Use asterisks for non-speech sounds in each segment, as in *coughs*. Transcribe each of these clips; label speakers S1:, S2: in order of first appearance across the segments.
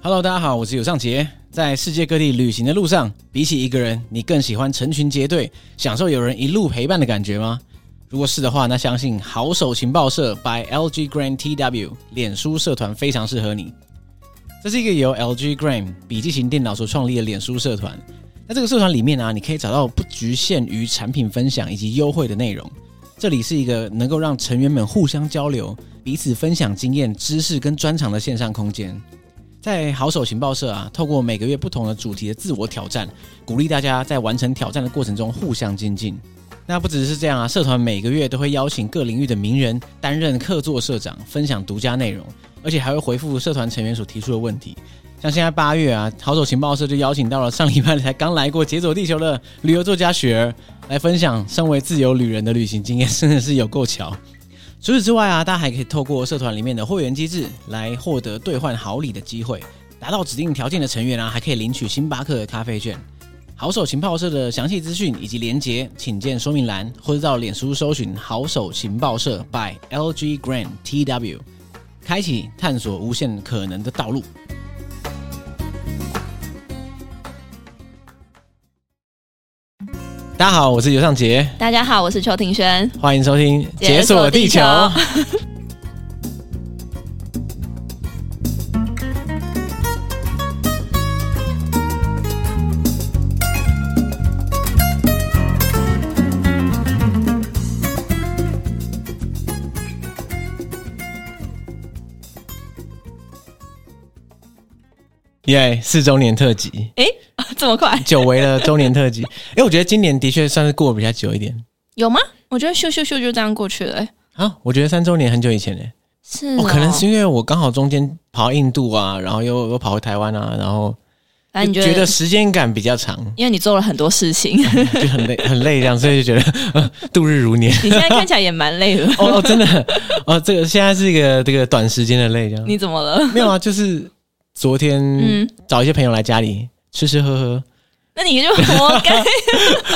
S1: Hello，大家好，我是尤尚杰。在世界各地旅行的路上，比起一个人，你更喜欢成群结队，享受有人一路陪伴的感觉吗？如果是的话，那相信好手情报社 by LG Graham TW 脸书社团非常适合你。这是一个由 LG Graham 笔记型电脑所创立的脸书社团。那这个社团里面啊，你可以找到不局限于产品分享以及优惠的内容。这里是一个能够让成员们互相交流、彼此分享经验、知识跟专长的线上空间。在好手情报社啊，透过每个月不同的主题的自我挑战，鼓励大家在完成挑战的过程中互相精进。那不只是这样啊，社团每个月都会邀请各领域的名人担任客座社长，分享独家内容，而且还会回复社团成员所提出的问题。像现在八月啊，好手情报社就邀请到了上礼拜才刚来过《解锁地球》的旅游作家雪儿来分享身为自由旅人的旅行经验，真的是有够巧。除此之外啊，大家还可以透过社团里面的会员机制来获得兑换好礼的机会，达到指定条件的成员啊，还可以领取星巴克的咖啡券。好手情报社的详细资讯以及连结，请见说明栏，或者到脸书搜寻“好手情报社 ”by LG Grand TW，开启探索无限可能的道路。大家好，我是尤尚杰，
S2: 大家好，我是邱庭轩， *laughs*
S1: 欢迎收听《解锁地球》。耶四周年特辑，
S2: 哎、这么快
S1: 久违了周年特辑。哎、我觉得今年的确算是过得比较久一点
S2: 有吗？我觉得咻咻咻就这样过去了、哎
S1: 啊。我觉得三周年很久以前呢、
S2: 是、
S1: 我、
S2: 哦
S1: 可能是因为我刚好中间跑到印度啊，然后又又跑回台湾啊，然后
S2: 反正你
S1: 就
S2: 觉得，
S1: 觉得时间感比较长， *laughs*
S2: 因为你做了很多事情， *laughs*
S1: 就很累很累这样，所以就觉得、 *laughs* 呃、度日如年。
S2: 你现在看起来也
S1: *laughs*
S2: 蛮累的。
S1: 哦哦，真的哦，这个现在是一个这个短时间的累这样。
S2: 你怎么了？
S1: 没有啊，就是昨天、
S2: 嗯，
S1: 找一些朋友来家里吃吃喝喝，
S2: 那你就活
S1: *laughs*
S2: 该，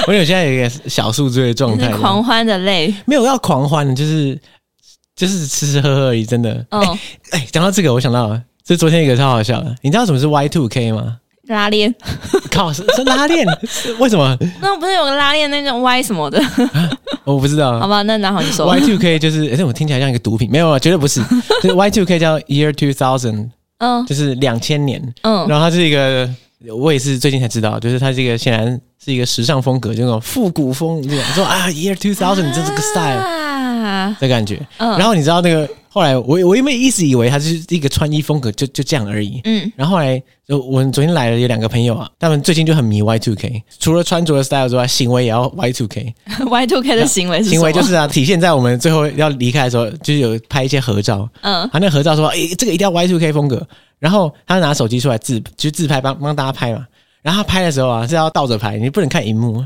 S1: 我有现在有一个小宿醉的状
S2: 你
S1: 态
S2: 是
S1: 这样，
S2: 狂欢的
S1: *laughs*
S2: 累。
S1: 没有要狂欢，啊就是就是吃吃喝喝而已，真的。
S2: 嗯、
S1: 哎，讲到这个，我想到了，这昨天一个超好笑的，你知道什么是 Y two K 吗？
S2: 拉链，
S1: 靠，是是拉链？是为什么？
S2: 那不是有个拉链那种 Y 什么的？
S1: 啊我不知
S2: 好
S1: 道。
S2: 吧，那然后你说
S1: Y two K 就是，哎，这我听起来像一个毒品，没有啊，绝对不
S2: *laughs*
S1: 是。就是 Y two K 叫 Year Two Thousand，
S2: 嗯
S1: 就是两千年。
S2: 嗯，
S1: 然后它是一个，我也是最近才知道，就是它这个显然是一个时尚风格，就那种复古风，这种说啊 Year Two Thousand 这是个 style
S2: 啊，
S1: 的感觉。
S2: 嗯，
S1: 然后你知道那个后来我我因为一直以为它是一个穿衣风格就就这样而已。
S2: 嗯
S1: 然后后来就我们昨天来了有两个朋友啊，他们最近就很迷 Y two K，除了穿着的 style 之外，行为也要 Y two K。
S2: *laughs* ，Y two K 的行为是什
S1: 嗯行
S2: 么
S1: 为就是啊，体现在我们最后要离开的时候，就是有拍一些合照。啊
S2: 嗯
S1: 他那合照说，诶、这个一定要 Y two K 风格。然后他拿手机出来自就自拍帮帮大家拍嘛。然后他拍的时候啊是要倒着拍，你不能看荧幕，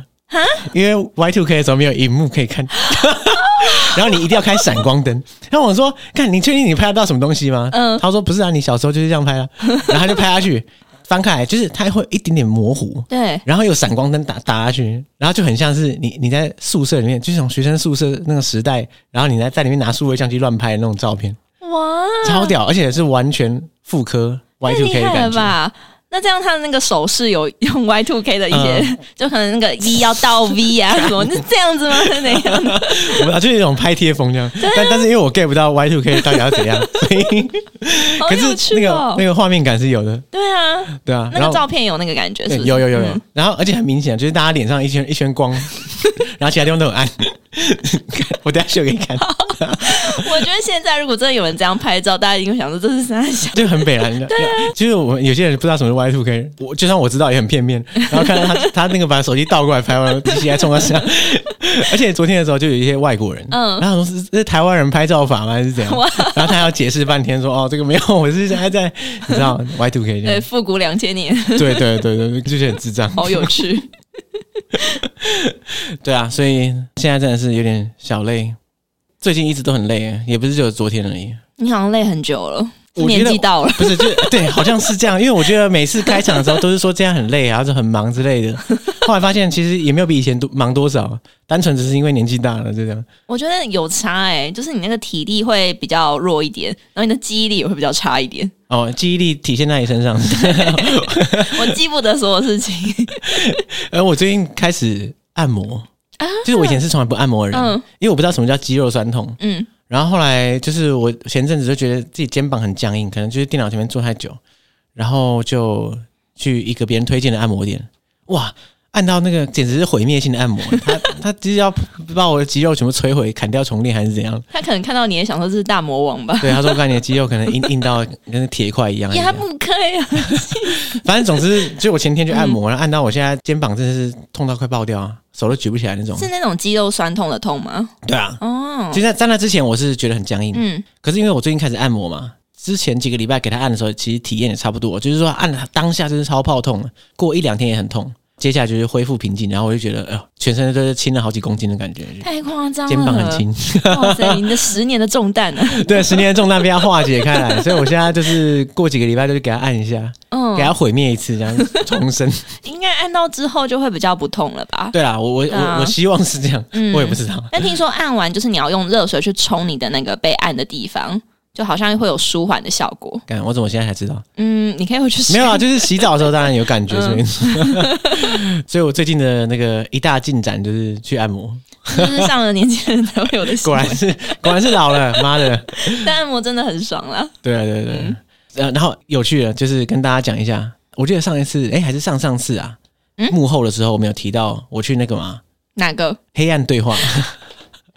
S1: 因为 Y two K 的时候没有荧幕可以
S2: *laughs*
S1: 看。然后你一定要开闪光灯。然后我说：“看，你确定你拍得到什么东西吗？”
S2: 嗯
S1: 他说：“不是啊，你小时候就是这样拍啊。”然后他就拍下去，翻开来就是它会一点点模糊，
S2: 对，
S1: 然后有闪光灯打打下去，然后就很像是你你在宿舍里面，就是那种学生宿舍那个时代，然后你在在里面拿数位相机乱拍的那种照片，
S2: 哇，
S1: 超屌，而且是完全复刻 Y
S2: 嗯太
S1: two
S2: 厉
S1: K 的
S2: 害
S1: 感
S2: 了
S1: 觉。
S2: 吧？那这样他的那个手势有 *laughs* 用 Y two K 的一些，
S1: 嗯
S2: 就可能那个 V 要到
S1: *laughs*
S2: V 啊什么，是这样子吗？是那样的？
S1: 我啊，就是一种拍贴风这样，但但是因为我 get 不到 Y two K 到底要怎
S2: *laughs*
S1: 样，所以
S2: 好
S1: 可
S2: 有
S1: 是那
S2: 趣
S1: 个、
S2: 哦！
S1: 那个画面感是有的，
S2: 对啊，
S1: 对啊。然
S2: 那个
S1: 后
S2: 照片有那个感觉，是
S1: 对
S2: 不是？
S1: 有有有有
S2: 嗯，
S1: 然后而且很明显，就是大家脸上一圈一圈光， *laughs* 然后其他地方都很暗。 *laughs* 我等一下秀给你看，
S2: 我觉得现在如果真的有人这样拍照，大家一定会想说这是啥小。
S1: *laughs* 就很北蓝的。
S2: 啊
S1: 就是我们有些人不知道什么是 Y two K，我就算我知道也很片面。然后看到他 *laughs* 他那个把手机倒过来拍完，机器还冲他下。 *laughs* 而且昨天的时候就有一些外国人，
S2: 嗯
S1: 然后说是这是台湾人拍照法吗还是怎样
S2: 哇？
S1: 然后他还要解释半天说哦这个没有，我是现在在 *laughs* 你知道 Y two K 这
S2: 对，
S1: 样。
S2: 复古两千年， *laughs*
S1: 对对对对，就是很智障。
S2: 好有趣。
S1: *laughs* 对啊，所以现在真的是有点小累，最近一直都很累，也不是只有昨天而已。
S2: 你好像累很久了，
S1: 我觉
S2: 年
S1: 得
S2: 纪到了，
S1: 不是，就对，好像是这样。因为我觉得每次开场的时候都是说这样很累啊，就很忙之类
S2: *laughs*
S1: 的。后来发现其实也没有比以前多忙多少，单纯只是因为年纪大了，就这样。
S2: 我觉得有差哎、就是你那个体力会比较弱一点，然后你的记忆力也会比较差一点。
S1: 哦，记忆力体现在你身
S2: *laughs*
S1: 上。
S2: 我记不得所有事情， *laughs*
S1: 而我最近开始按摩，就是我以前是从来不按摩的人，
S2: 啊嗯
S1: 因为我不知道什么叫肌肉酸痛。
S2: 嗯，
S1: 然后后来就是我前阵子就觉得自己肩膀很僵硬，可能就是电脑前面坐太久，然后就去一个别人推荐的按摩店，哇，按到那个简直是毁灭性的按摩， *laughs* 他他就是要把我的肌肉全部摧毁、砍掉重练还是怎样？ *laughs*
S2: 他可能看到你也想说这是大魔王吧？
S1: 对，他说我看你的肌肉可能硬硬到跟铁块一样。
S2: 也还不可以啊，
S1: 反正总之，就我前天去按摩，然后按到我现在肩膀真的是痛到快爆掉啊，手都举不起来那种。
S2: 是那种肌肉酸痛的痛吗？
S1: 对啊，
S2: 哦
S1: 其，实在在那之前我是觉得很僵硬，
S2: 嗯，
S1: 可是因为我最近开始按摩嘛，之前几个礼拜给他按的时候，其实体验也差不多，就是说按当下真是超泡痛的，过一两天也很痛，接下来就是恢复平静，然后我就觉得，哎、呦，全身都是轻了好几公斤的感觉，
S2: 太夸张了，
S1: 肩膀很，轻。 *laughs*
S2: 哇塞，你的十年的重担啊呢、
S1: 对，十年的重担被他化解开来，所以我现在就是过几个礼拜就去给他按一下，给
S2: 嗯，
S1: 他毁灭一次，这样重
S2: *laughs*
S1: 生。
S2: 应该按到之后就会比较不痛了吧？
S1: 对啦，我我
S2: 对啊
S1: 我我希望是这样，
S2: 嗯
S1: 我也不知道。
S2: 但听说按完就是你要用热水去冲你的那个被按的地方，就好像会有舒缓的效果。
S1: 干，我怎么现在才知道？
S2: 嗯，你可以回去试
S1: 没有啊，就是洗澡的时候当然有感觉，所以、 *laughs* 所以我最近的那个一大进展就是去按摩，
S2: 就是上了年纪人才会有的行
S1: *laughs* 果
S2: 为
S1: 然，
S2: *laughs*
S1: 是果然是老了，妈的，
S2: 但按摩真的很爽啦。
S1: 对啊对啊对啊，呃然后有趣的就是跟大家讲一下，我记得上一次哎还是上上次啊，
S2: 嗯
S1: 幕后的时候我们有提到我去那个嘛
S2: 哪个？
S1: 黑暗对话，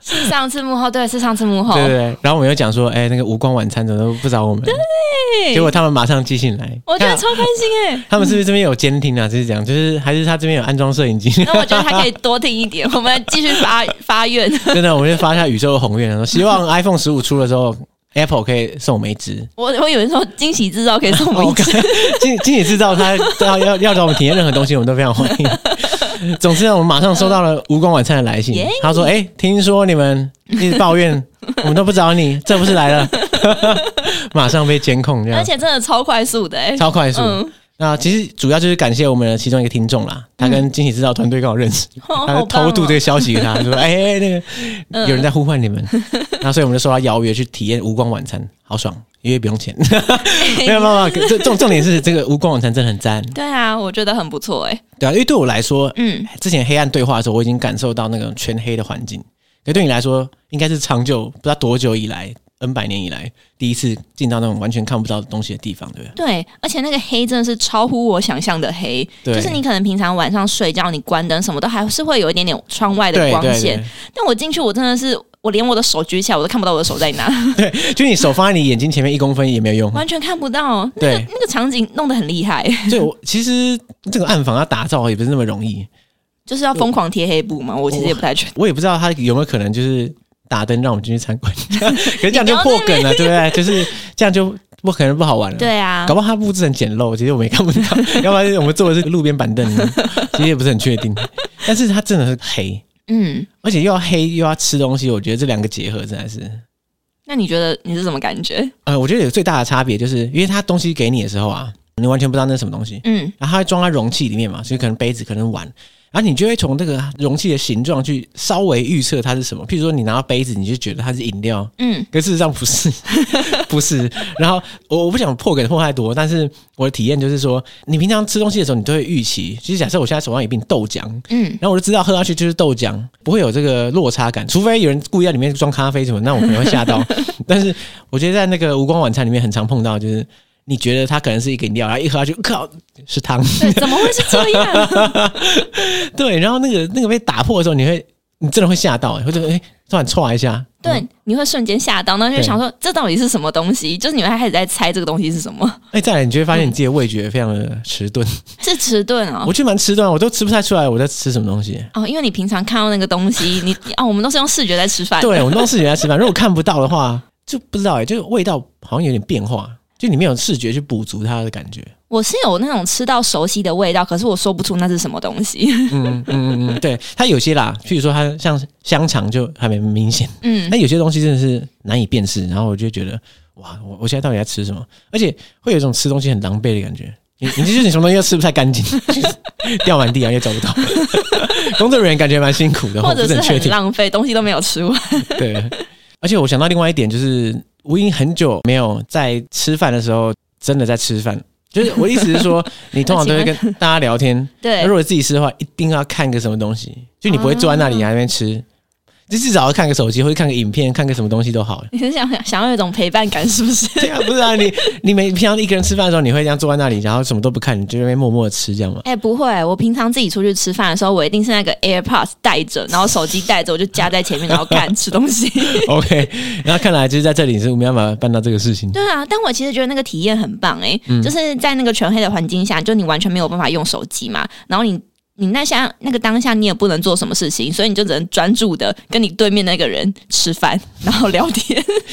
S2: 是上次幕后，对，是上次幕后。
S1: 对对对，然后我们有讲说哎那个无光晚餐怎么都不找我们，
S2: 对
S1: 结果他们马上寄信来，
S2: 我觉得
S1: 看
S2: 超开心哎、
S1: 他们是不是这边有监听啊？就是这样，就是还是他这边有安装摄影机。
S2: 那我觉得他可以多听一点，我们继续发发愿。
S1: *laughs* 真的，我们就发下宇宙的宏愿，说希望 iPhone 十五出的时候，Apple 可以送我们一支。
S2: 我我有人说惊喜制造可以送我们
S1: *laughs*
S2: 一支，
S1: 哦经经理制造他要要要找我们体验任何东西，我们都非常欢迎。
S2: *laughs*
S1: 总之呢，我们马上收到了无光晚餐的来信
S2: 耶，
S1: 他说：“哎、听说你们一直抱
S2: *laughs*
S1: 怨，我们都不找你，这不是来了？”马上被监控，这
S2: *laughs* 而
S1: 样
S2: 且真的超快速的哎、
S1: 超快速。 *laughs*
S2: 嗯，
S1: 那其实主要就是感谢我们的其中一个听众啦，他跟惊喜制造团队刚好认识，
S2: 哦
S1: 他
S2: 好
S1: 就偷
S2: 棒
S1: 渡这
S2: *laughs* 哦！
S1: 个消息给他，说：“哎、哎那个
S2: 嗯
S1: 有人在呼唤你们。那所以我们就受到邀约去体验无光晚餐，好爽，因为不用钱。没有办法，这重重点是这个无光晚餐真的很赞，
S2: 对啊，我觉得很不错哎、
S1: 对啊，因为对我来说，
S2: 嗯，
S1: 之前黑暗对话的时候，我已经感受到那个全黑的环境，可对你来说，应该是长久不知道多久以来，N 百年以来第一次进到那种完全看不到东西的地方，对不对？
S2: 对，而且那个黑真的是超乎我想象的黑，
S1: 对
S2: 就是你可能平常晚上睡觉，你关灯什么都还是会有一点点窗外的
S1: 对
S2: 光
S1: 对
S2: 线，但我进去，我真的是，我连我的手举起来，我都看不到我的手在
S1: *laughs*
S2: 哪，
S1: 对，就你手放在你眼睛前面一公分也没有用。
S2: *laughs* 完全看不到。那
S1: *laughs* 对
S2: 个那个场景弄得很厉害， *laughs*
S1: 所以我其实这个暗房要打造也不是那么容易，
S2: 就是要疯狂贴黑布嘛。我其实也不太确定。
S1: 我也不知道他有没有可能就是打灯让我们进去参观， *laughs* 可是这样就破梗了，对不对？就是这样就不可能不好玩了。
S2: 对啊
S1: 搞，不好他布置很简陋，其实我们也看不到。要不然我们坐的是路边板凳，其实也不是很确定。但是它真的是黑，
S2: 嗯，
S1: 而且又要黑又要吃东西，我觉得这两个结合真的是，
S2: 那你觉得你是什么感觉？
S1: 呃，我觉得有最大的差别就是，因为它东西给你的时候啊，你完全不知道那是什么东西，
S2: 嗯，
S1: 然后它会装在容器里面嘛，所以可能杯子，可能碗。然后你就会从这个容器的形状去稍微预测它是什么，譬如说你拿到杯子，你就觉得它是饮料，
S2: 嗯，
S1: 可事实上不是，不是。然后我我不想破梗破太多，但是我的体验就是说，你平常吃东西的时候，你都会预期。其实假设我现在手上有一瓶豆浆，
S2: 嗯，
S1: 然后我就知道喝下去就是豆浆，不会有这个落差感，除非有人故意在里面装咖啡什么，那我可能会吓到。但是我觉得在那个无光晚餐里面很常碰到，就是你觉得它可能是一个饮料，然后一喝下去，靠，是汤。 *laughs*
S2: *laughs* 对，怎么会是这样？ *laughs*
S1: 对，然后那个那个被打破的时候，你会你真的会吓到、欸，会觉得哎、诶突然歘一下。
S2: 对，你会瞬间吓到，然后就
S1: 对
S2: 想说这到底是什么东西？就是你们开始在猜这个东西是什么？
S1: 哎、再来你就会发现你自己的味觉非常的迟钝。
S2: *laughs* 是迟钝哦。
S1: 我去蛮迟钝，我都吃不太出来我在吃什么东 *laughs* 西。
S2: 哦，因为你平常看到那个东西，你哦，我们都是用视觉在吃饭。
S1: 对，我都是人在吃饭，如果看不到的话，就不知道哎、就是味道好像有点变化，就你没有视觉去补足它的感觉。
S2: 我是有那种吃到熟悉的味道，可是我说不出那是什么东西。
S1: 嗯嗯嗯嗯，对，它有些啦，譬如说它像香肠就还蛮明显，
S2: 嗯 *laughs*
S1: 那有些东西真的是难以辨识，然后我就觉得哇，我我现在到底在吃什么？而且会有一种吃东西很狼狈的感觉。你你就是你什么东西都吃不太干净， *laughs* 就是掉满地啊，也找不到。 *laughs* 工作人员感觉蛮辛苦的，
S2: 或
S1: 我
S2: 者
S1: 不是
S2: 是
S1: 很确
S2: 很
S1: 定。
S2: 浪费，东西都没有吃完。
S1: *laughs* 对，而且我想到另外一点，就是我已经很久没有在吃饭的时候真的在吃饭。就是我的意思是
S2: *laughs*
S1: 说，你通常都会跟大家聊天，那
S2: 对
S1: 如，果自己吃的话，一定要看个什么东西，就你不会坐在那里还
S2: 啊
S1: 在那边吃，就至少要看个手机，或者看个影片，看个什么东西都好。
S2: 你是想想要有一种陪伴感，是不是？
S1: 对啊，不是啊，你 *laughs* 你每平常一个人吃饭的时候，你会这样坐在那里，然后什么都不看，你就在那边默默的吃，这样
S2: *laughs*
S1: 吗？
S2: *laughs* 哎、不会，我平常自己出去吃饭的时候，我一定是那个 AirPods 带着，然后手机带着，我就夹在前面，然后 *laughs* 干吃东西。
S1: OK，然后看来就是在这里是没办法办到这个事情。
S2: 对啊，但我其实觉得那个体验很棒哎、
S1: 嗯
S2: 就是在那个全黑的环境下，就你完全没有办法用手机嘛，然后你。你那下那个当下，你也不能做什么事情，所以你就只能专注的跟你对面那个人吃饭，然后聊天。 *laughs*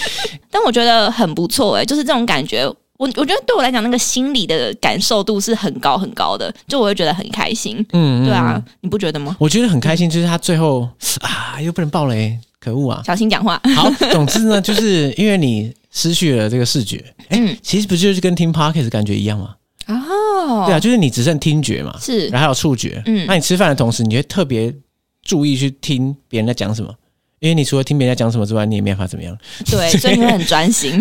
S2: 但我觉得很不错哎、就是这种感觉，我我觉得对我来讲，那个心理的感受度是很高很高的，就我会觉得很开心。
S1: 嗯，嗯
S2: 对啊，，你不觉得吗？
S1: 我觉得很开心，就是他最后啊又不能爆雷，可恶啊！
S2: 小心讲话。
S1: 好，总之呢，就是因为你失去了这个视觉，哎、
S2: 嗯
S1: 其实不就是跟听 podcast 的感觉一样吗？
S2: 哦，
S1: 对啊，，就是你只剩听觉嘛，
S2: 是
S1: 然后还有触觉。嗯
S2: 嗯，
S1: 那你吃饭的同时，你会特别注意去听别人在讲什么，因为你除了听别人在讲什么之外，你也没办法怎么样。
S2: 对，所以你会很专心。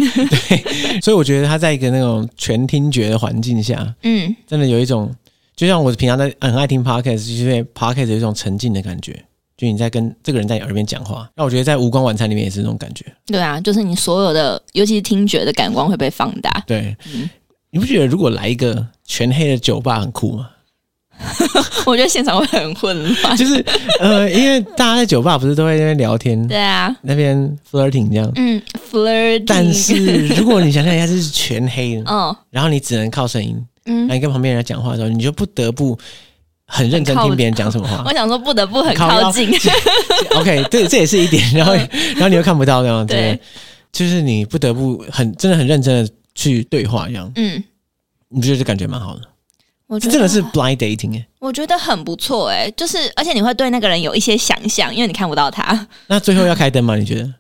S2: *laughs*
S1: 所以我觉得他在一个那种全听觉的环境下，
S2: 嗯，
S1: 真的有一种，就像我平常在很爱听 podcast，就是因为 podcast 有一种沉浸的感觉，就你在跟这个人在你耳边讲话。那我觉得在无光晚餐里面也是这种感觉。
S2: 对啊，就是你所有的，尤其是听觉的感官会被放大。 *laughs*
S1: 对，
S2: 嗯
S1: 你不觉得如果来一个全黑的酒吧很酷吗？ *laughs*
S2: 我觉得现场会很混乱。
S1: 就是呃，因为大家在酒吧不是都会在那边聊天，
S2: 对啊，
S1: 那边 flirting 这样。
S2: 嗯，flirting， *laughs*
S1: 但是如果你想象一下，这是全黑的，
S2: 嗯
S1: 然后你只能靠声音，
S2: 嗯
S1: 那，你跟旁边人讲话的时候，你就不得不很认真
S2: 很靠
S1: 听别人讲什么话
S2: 我。想说不得不很
S1: 靠
S2: 靠
S1: 腰
S2: 近，
S1: OK，对，这也是一点。然后，然后你又看不到那样，对不
S2: 嗯对
S1: 对，就是你不得不很真的很认真的去对话，这样
S2: *laughs* 嗯，
S1: 你不觉得这感觉蛮好的？
S2: 我觉
S1: 这真的
S2: 得
S1: 是 blind dating 哎。
S2: 我觉得很不错哎、就是而且你会对那个人有一些想象，因为你看不到他。
S1: 那最后要开灯吗？你觉得？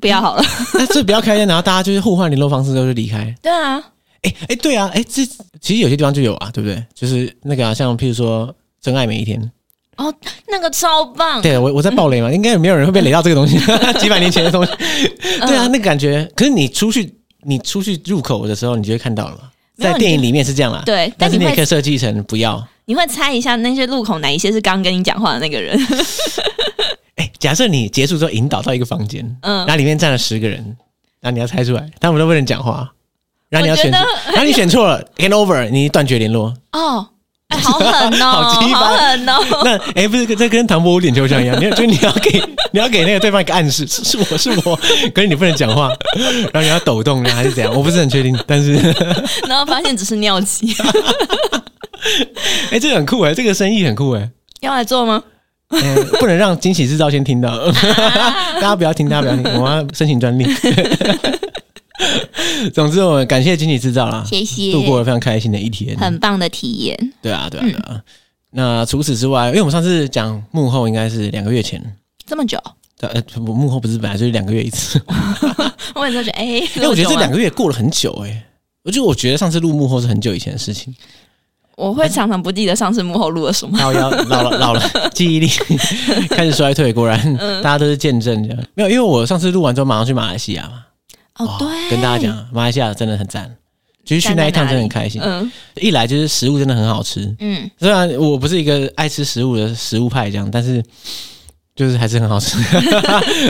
S2: 不要好了，
S1: *laughs* 那这不要开灯，然后大家就是互换联络方式之后就离开。
S2: 对啊，
S1: 哎哎，诶对啊，哎，这其实有些地方就有啊，对不对？就是那个啊，像譬如说《真爱每一天》，
S2: 那个超棒，
S1: 对啊我我在爆雷嘛，应该也没有人会被雷到这个东西， *laughs* 几百年前的东西。对啊，
S2: 嗯
S1: 那感觉，可是你出去你出去入口的时候，你就会看到了嘛，
S2: 没有
S1: 在电影里面是这样啦。
S2: 对，
S1: 但
S2: 但
S1: 是
S2: 你
S1: 你也可
S2: 会
S1: 以设计成不要。
S2: 你会猜一下那些路口哪一些是刚跟你讲话的那个人，
S1: 哎，假设你结束之后引导到一个房间，
S2: 嗯
S1: 然，后里面站了十个人，然后你要猜出来，但我们都不能讲话，然后你要
S2: 我觉
S1: 选，
S2: 得
S1: 然后你选错了，game over，你断绝联络。
S2: *laughs* 哦，哎， *laughs* 好狠哦，
S1: 好鸡巴
S2: 狠 *laughs* 哦，
S1: *laughs* 那哎，不是，这跟唐伯虎点秋香一样，你要就你要给你要给那个对方一个暗示，是是我是我，可是你不能讲话，然后你要抖动，然后还是怎样？我不是很确定，但是
S2: 然后发现只是尿急，
S1: 哎，这个很酷哎，这个生意很酷哎。
S2: *laughs* 要来做吗？
S1: 呃不能让惊喜制造先听到， *laughs* 大家不要听，大家不要听，我要申请专利。 *laughs* 总之，我们感谢惊喜制造啦，
S2: 谢谢
S1: 度过了非常开心的一天。
S2: 很嗯棒的体验，
S1: 对啊，对啊，对啊。那除此之外，因为我们上次讲幕后应该是两个月前，
S2: 这么久，
S1: 呃，呃不幕后不是本来就是两个月一次，
S2: 我也是觉得，哎、
S1: *laughs* 因为我觉得这两
S2: 个，
S1: 个月过了很久哎、我就我觉得上次录幕后是很久以前的事情，
S2: 我会常常不记得上次幕后录了什么。
S1: 然后 *laughs* 要老了老了，记 *laughs* 忆力开始衰退，果然、大家都是见证这样。嗯没有，因为我上次录完之后马上去马来西亚嘛，
S2: 哦，对，
S1: 跟大家，讲，马来西亚真的很赞，就是去
S2: 赞在
S1: 那一趟
S2: 哪里
S1: 真的很开心。
S2: 嗯
S1: 一来就是食物真的很好吃，
S2: 嗯，
S1: 虽然我不是一个爱吃食物的食物派这样，但是就是还是很好吃， *laughs*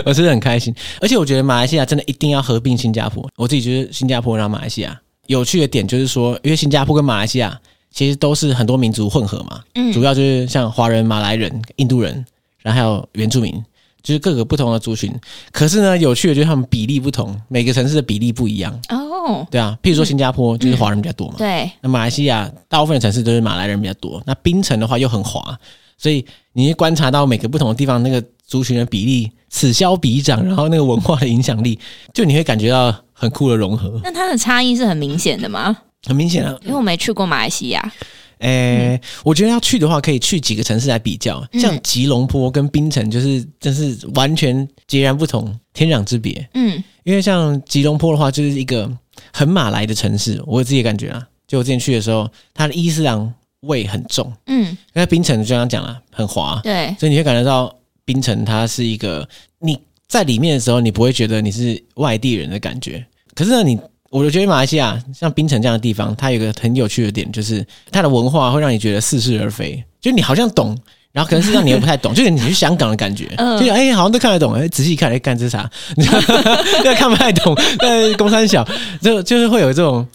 S1: 我吃的很开心。而且我觉得马来西亚真的一定要合并新加坡，我自己觉得新加坡然后马来西亚有趣的点就是说，因为新加坡跟马来西亚其实都是很多民族混合嘛，
S2: 嗯
S1: 主要就是像华人、马来人、印度人，然后还有原住民。就是各个不同的族群，可是呢，有趣的就是他们比例不同，每个城市的比例不一样，
S2: 哦，
S1: 对啊。譬如说新加坡就是华人比较多嘛，
S2: 对，
S1: 那马来西亚大部分的城市都是马来人比较多，那槟城的话又很滑，所以你会观察到每个不同的地方那个族群的比例此消彼长，然后那个文化的影响力，就你会感觉到很酷的融合，
S2: 那它的差异是很明显的吗？
S1: 很明显啊。
S2: 嗯因为我没去过马来西亚，
S1: 诶、我觉得要去的话，可以去几个城市来比较，
S2: 嗯
S1: 像吉隆坡跟槟城，就是真是完全截然不同，天壤之别。
S2: 嗯
S1: 因为像吉隆坡的话，就是一个很马来的城市，我有自己的感觉啊。就我之前去的时候，它的伊斯兰味很重，
S2: 嗯，
S1: 因为槟城就像讲了，很滑，
S2: 对，
S1: 所以你会感觉到槟城它是一个你在里面的时候，你不会觉得你是外地人的感觉。可是呢，你我就觉得马来西亚像槟城这样的地方，它有一个很有趣的点，就是它的文化会让你觉得似是而非，就你好像懂。然后可能是让你又不太懂，就是你去香港的感觉，
S2: 嗯
S1: 就是哎、好像都看得懂，哎、仔细看，哎、干这是啥， *laughs* 对，看不太懂，但公三小，就就是会有这种